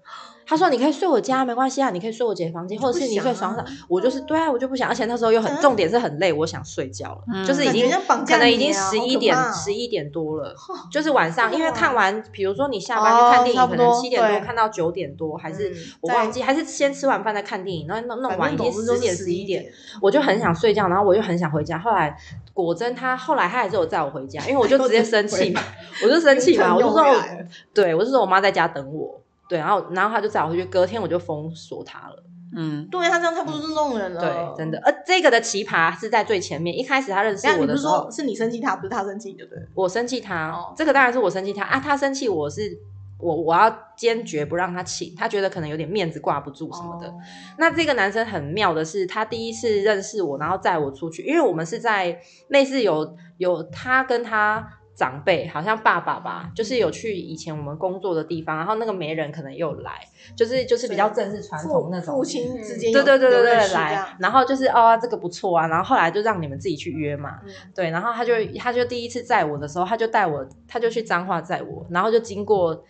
[SPEAKER 4] 他说你可以睡我家没关系啊，你可以睡我姐房间，或者是你睡床上。我就是对啊，我就不想，而且那时候又很
[SPEAKER 1] 啊
[SPEAKER 4] 重点是很累，我想睡觉了，
[SPEAKER 3] 嗯
[SPEAKER 4] 就是已
[SPEAKER 1] 感觉
[SPEAKER 4] 经
[SPEAKER 1] 像绑
[SPEAKER 4] 可
[SPEAKER 1] 架
[SPEAKER 4] 能已
[SPEAKER 1] 你
[SPEAKER 4] 经
[SPEAKER 1] 啊
[SPEAKER 4] 十
[SPEAKER 1] 好
[SPEAKER 4] 一
[SPEAKER 1] 可
[SPEAKER 4] 点
[SPEAKER 1] 怕哦
[SPEAKER 4] 十一点多 了，就是晚上，因为看完，比如说你下班
[SPEAKER 1] 哦
[SPEAKER 4] 去看电
[SPEAKER 1] 差
[SPEAKER 4] 影，
[SPEAKER 1] 不
[SPEAKER 4] 可
[SPEAKER 1] 多
[SPEAKER 4] 能七点多
[SPEAKER 1] 对
[SPEAKER 4] 看到九点多，还是
[SPEAKER 1] 嗯
[SPEAKER 4] 我
[SPEAKER 1] 在
[SPEAKER 4] 忘记，还是先吃完饭再看电影，然后弄弄
[SPEAKER 1] 反
[SPEAKER 4] 完已
[SPEAKER 1] 正
[SPEAKER 4] 经
[SPEAKER 1] 总之
[SPEAKER 4] 十
[SPEAKER 1] 就
[SPEAKER 4] 点
[SPEAKER 1] 十
[SPEAKER 4] 十一
[SPEAKER 1] 一
[SPEAKER 4] 点，。我就
[SPEAKER 1] 嗯
[SPEAKER 4] 很想睡觉，然后我就很想回家。后来果真他后来他还是有载我回家，因为我就直接生气
[SPEAKER 1] 哎
[SPEAKER 4] 嘛，我就生气嘛，我就说
[SPEAKER 1] 又
[SPEAKER 4] 我
[SPEAKER 1] 回来了
[SPEAKER 4] 对我就说我妈在家等我，对，然后然后他就载我回去，隔天我就封锁他了。
[SPEAKER 3] 嗯，
[SPEAKER 1] 对他这样太不尊重人了，
[SPEAKER 4] 对，真的。。而这个的奇葩是在最前面，一开始他认识
[SPEAKER 1] 哦那你
[SPEAKER 4] 我
[SPEAKER 1] 不
[SPEAKER 4] 的
[SPEAKER 1] 是
[SPEAKER 4] 时候
[SPEAKER 1] 说，是你生气他，不是他生气你，对不对？
[SPEAKER 4] 我生气他，
[SPEAKER 1] 哦
[SPEAKER 4] 这个当然是我生气他啊，他生气我是我我要坚决不让他请，他觉得可能有点面子挂不住什么的。
[SPEAKER 1] 哦
[SPEAKER 4] 那这个男生很妙的是，他第一次认识我，然后载我出去，因为我们是在类似有有他跟他长辈，好像爸爸吧，就是有去以前我们工作的地方，然后那个媒人可能也有来，就是就是比较正式传统那
[SPEAKER 1] 父
[SPEAKER 4] 种。嗯
[SPEAKER 1] 父亲之间有
[SPEAKER 4] 对对对对
[SPEAKER 1] 有认
[SPEAKER 4] 对，
[SPEAKER 1] 识这
[SPEAKER 4] 来
[SPEAKER 1] 样，
[SPEAKER 4] 然后就是哦，这个不错啊，然后后来就让你们自己去约嘛，
[SPEAKER 1] 嗯
[SPEAKER 4] 对，然后他就他就第一次载我的时候，他就带我，他就去彰化载我，然后就经过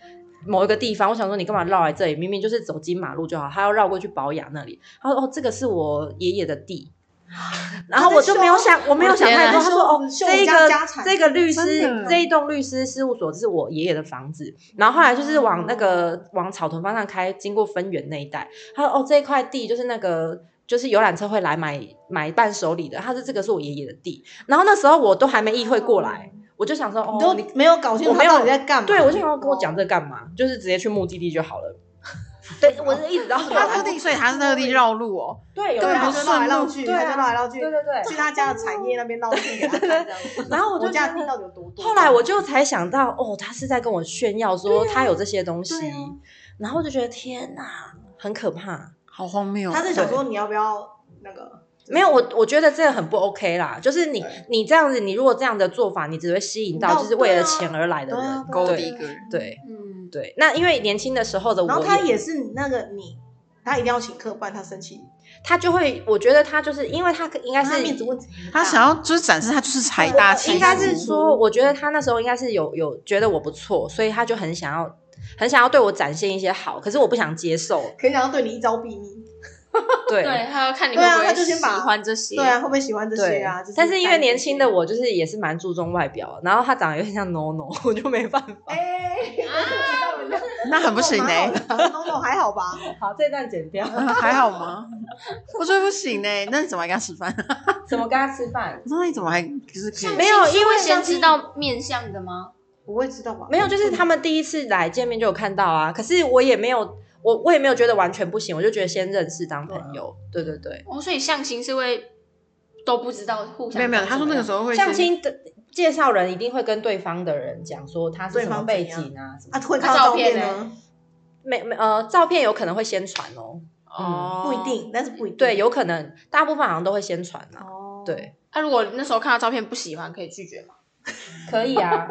[SPEAKER 4] 某一个地方，我想说你干嘛绕来这里？明明就是走金马路就好，他要绕过去保养那里。他说哦，这个是我爷爷的地。然后我就没有 想，我没有想
[SPEAKER 3] 啊我的天
[SPEAKER 4] 太
[SPEAKER 3] 啊
[SPEAKER 4] 多。他说：“哦，
[SPEAKER 1] 秀
[SPEAKER 4] 这
[SPEAKER 1] 秀
[SPEAKER 4] 一
[SPEAKER 1] 家
[SPEAKER 4] 个
[SPEAKER 1] 家产
[SPEAKER 4] 这个律
[SPEAKER 3] 真
[SPEAKER 4] 师
[SPEAKER 3] 的
[SPEAKER 4] 这一栋律师事务所是我爷爷的房子。”然后后来就是往那
[SPEAKER 3] 哦
[SPEAKER 4] 个往草屯方向开，经过分园那一带。他说：“哦，这一块地就是那个就是游览车会来买买伴手礼的。”他说：“这个是我爷爷的地。”然后那时候我都还没意会过来，我就想说，哦，
[SPEAKER 1] 你都没有搞清楚
[SPEAKER 4] 我
[SPEAKER 1] 他
[SPEAKER 4] 没有
[SPEAKER 1] 到底在干嘛？哦
[SPEAKER 4] 对我就想要跟我讲这干嘛？就是直接去目的地就好了。 对，我是一直到
[SPEAKER 3] 他特地，所以他是特地绕路哦。
[SPEAKER 4] 对，有
[SPEAKER 1] 对，
[SPEAKER 4] 人
[SPEAKER 1] 他
[SPEAKER 3] 根
[SPEAKER 1] 就
[SPEAKER 3] 本不
[SPEAKER 1] 绕来
[SPEAKER 3] 顺
[SPEAKER 1] 绕
[SPEAKER 3] 路
[SPEAKER 1] 去，
[SPEAKER 4] 对
[SPEAKER 1] 他
[SPEAKER 4] 啊
[SPEAKER 1] 就绕来绕去，
[SPEAKER 4] 对对对
[SPEAKER 1] 去他家的产业那边绕去给他看这样子。
[SPEAKER 4] 然后我就
[SPEAKER 1] 家
[SPEAKER 4] 觉得
[SPEAKER 1] 地到底有多多？
[SPEAKER 4] 后来我就才想到，哦，他是在跟我炫耀说他有这些东西
[SPEAKER 1] 对啊，
[SPEAKER 4] 然后我就觉得天哪，很可怕。
[SPEAKER 3] 好荒谬！哦
[SPEAKER 1] 他是想说你要不要那个？
[SPEAKER 4] 没有，我我觉得这个很不 OK 啦。就是你
[SPEAKER 1] 对
[SPEAKER 4] 你这样子，你如果这样的做法，你只会吸引到
[SPEAKER 1] 到
[SPEAKER 4] 就是为
[SPEAKER 1] 对
[SPEAKER 4] 了
[SPEAKER 1] 啊
[SPEAKER 4] 钱而来的
[SPEAKER 1] 对啊
[SPEAKER 4] 人。
[SPEAKER 1] 对啊
[SPEAKER 3] 勾
[SPEAKER 4] 对
[SPEAKER 3] 的一个人，
[SPEAKER 4] 对
[SPEAKER 2] 嗯，
[SPEAKER 4] 对，那因为年轻的时候的我，
[SPEAKER 1] 然后他也是那个你，他一定要请客，不然他生气，
[SPEAKER 4] 他就会，我觉得他就是因为他应该
[SPEAKER 1] 他
[SPEAKER 4] 是
[SPEAKER 1] 面子问题很大。
[SPEAKER 3] 他想要就是展示他就是财大气粗，
[SPEAKER 4] 应该是
[SPEAKER 1] 粗
[SPEAKER 4] 说，我觉得他那时候应该是有有觉得我不错，所以他就很想要很想要对我展现一些好，可是我不想接受。
[SPEAKER 1] 可以想要对你一招毙命，
[SPEAKER 4] 对
[SPEAKER 2] 对，他要看你 会
[SPEAKER 1] 对啊
[SPEAKER 2] 不
[SPEAKER 1] 他
[SPEAKER 2] 会
[SPEAKER 1] 就先
[SPEAKER 2] 喜
[SPEAKER 1] 把
[SPEAKER 2] 欢这些，
[SPEAKER 1] 对啊，会不会喜欢这
[SPEAKER 4] 对
[SPEAKER 1] 些啊？就
[SPEAKER 4] 但是因为
[SPEAKER 1] 带
[SPEAKER 4] 年
[SPEAKER 1] 这
[SPEAKER 4] 轻
[SPEAKER 1] 些
[SPEAKER 4] 的，我，就是也是蛮注重外表，然后他长得有点像 No No，我 就没办法。
[SPEAKER 1] 哎，
[SPEAKER 3] 那很不行呢、
[SPEAKER 1] 东东还好吧？
[SPEAKER 4] 好，这段剪掉。
[SPEAKER 3] 嗯 还好吗？我觉得不行呢、欸那你怎么还跟他吃饭？
[SPEAKER 4] 怎么跟他吃饭？
[SPEAKER 3] 我说那你怎么还就是可以？
[SPEAKER 4] 没有，因为
[SPEAKER 2] 先知道面相的吗？
[SPEAKER 1] 不会知道吧？
[SPEAKER 4] 没有，就是他们第一次来见面就有看到啊。可是我也没有，我我也没有觉得完全不行，我就觉得先认识当朋友。对对对，
[SPEAKER 2] 哦，所以相亲是会都不知道互相
[SPEAKER 3] 没有没有，他说那个时
[SPEAKER 2] 候
[SPEAKER 3] 候会
[SPEAKER 4] 相
[SPEAKER 3] 先
[SPEAKER 4] 亲的介绍人一定会跟对方的人讲说他是什么背景啊，什么
[SPEAKER 1] 啊，会
[SPEAKER 2] 那
[SPEAKER 1] 看
[SPEAKER 2] 照
[SPEAKER 1] 照
[SPEAKER 2] 片
[SPEAKER 1] 片
[SPEAKER 2] 呢
[SPEAKER 1] 呢？
[SPEAKER 4] 没没呃，照片有可能会先传哦。
[SPEAKER 3] 哦，
[SPEAKER 1] 不一。定，但是不一定。
[SPEAKER 4] 对，有可能，大部分好像都会先传啦。
[SPEAKER 1] 嗯哦，
[SPEAKER 4] 对，
[SPEAKER 2] 啊，如果那时候看到照片不喜欢，可以拒绝吗？
[SPEAKER 4] 可以啊，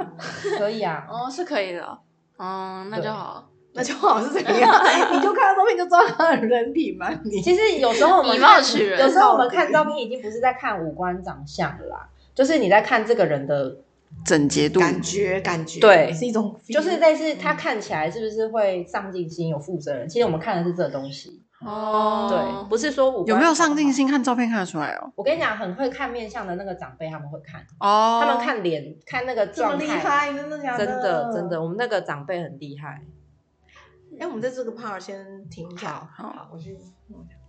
[SPEAKER 4] 可以 啊。
[SPEAKER 2] 哦，是可以的哦。哦，那就好。
[SPEAKER 1] 那就好是怎样？ 你就看到照片就知道他的人品嘛，你
[SPEAKER 4] 其实有时候我们
[SPEAKER 2] 以
[SPEAKER 4] 看
[SPEAKER 2] 貌取人
[SPEAKER 4] 有时候我们看照片已经不是在看五官长相了啦，就是你在看这个人的
[SPEAKER 3] 整洁度，
[SPEAKER 1] 感觉感觉
[SPEAKER 4] 对
[SPEAKER 1] 是一种 feel，
[SPEAKER 4] 就是类似
[SPEAKER 1] 嗯
[SPEAKER 4] 他看起来是不是会上进心、有负责任？其实我们看的是这东西，
[SPEAKER 2] 哦
[SPEAKER 4] 对，，不是说五官
[SPEAKER 3] 有没有上进？心？看照片看得出来哦。
[SPEAKER 4] 我跟你讲，很会看面相的那个长辈他们会看，
[SPEAKER 3] 哦，
[SPEAKER 4] 他们看脸、看那个
[SPEAKER 1] 这么
[SPEAKER 4] 状
[SPEAKER 1] 厉
[SPEAKER 4] 态，
[SPEAKER 1] 害，啊真的假
[SPEAKER 4] 真
[SPEAKER 1] 的
[SPEAKER 4] 的真的，。我们那个长辈很厉害。
[SPEAKER 1] 哎，我们在这个 part 先停一下。
[SPEAKER 3] 好。
[SPEAKER 1] 好，我去弄一下。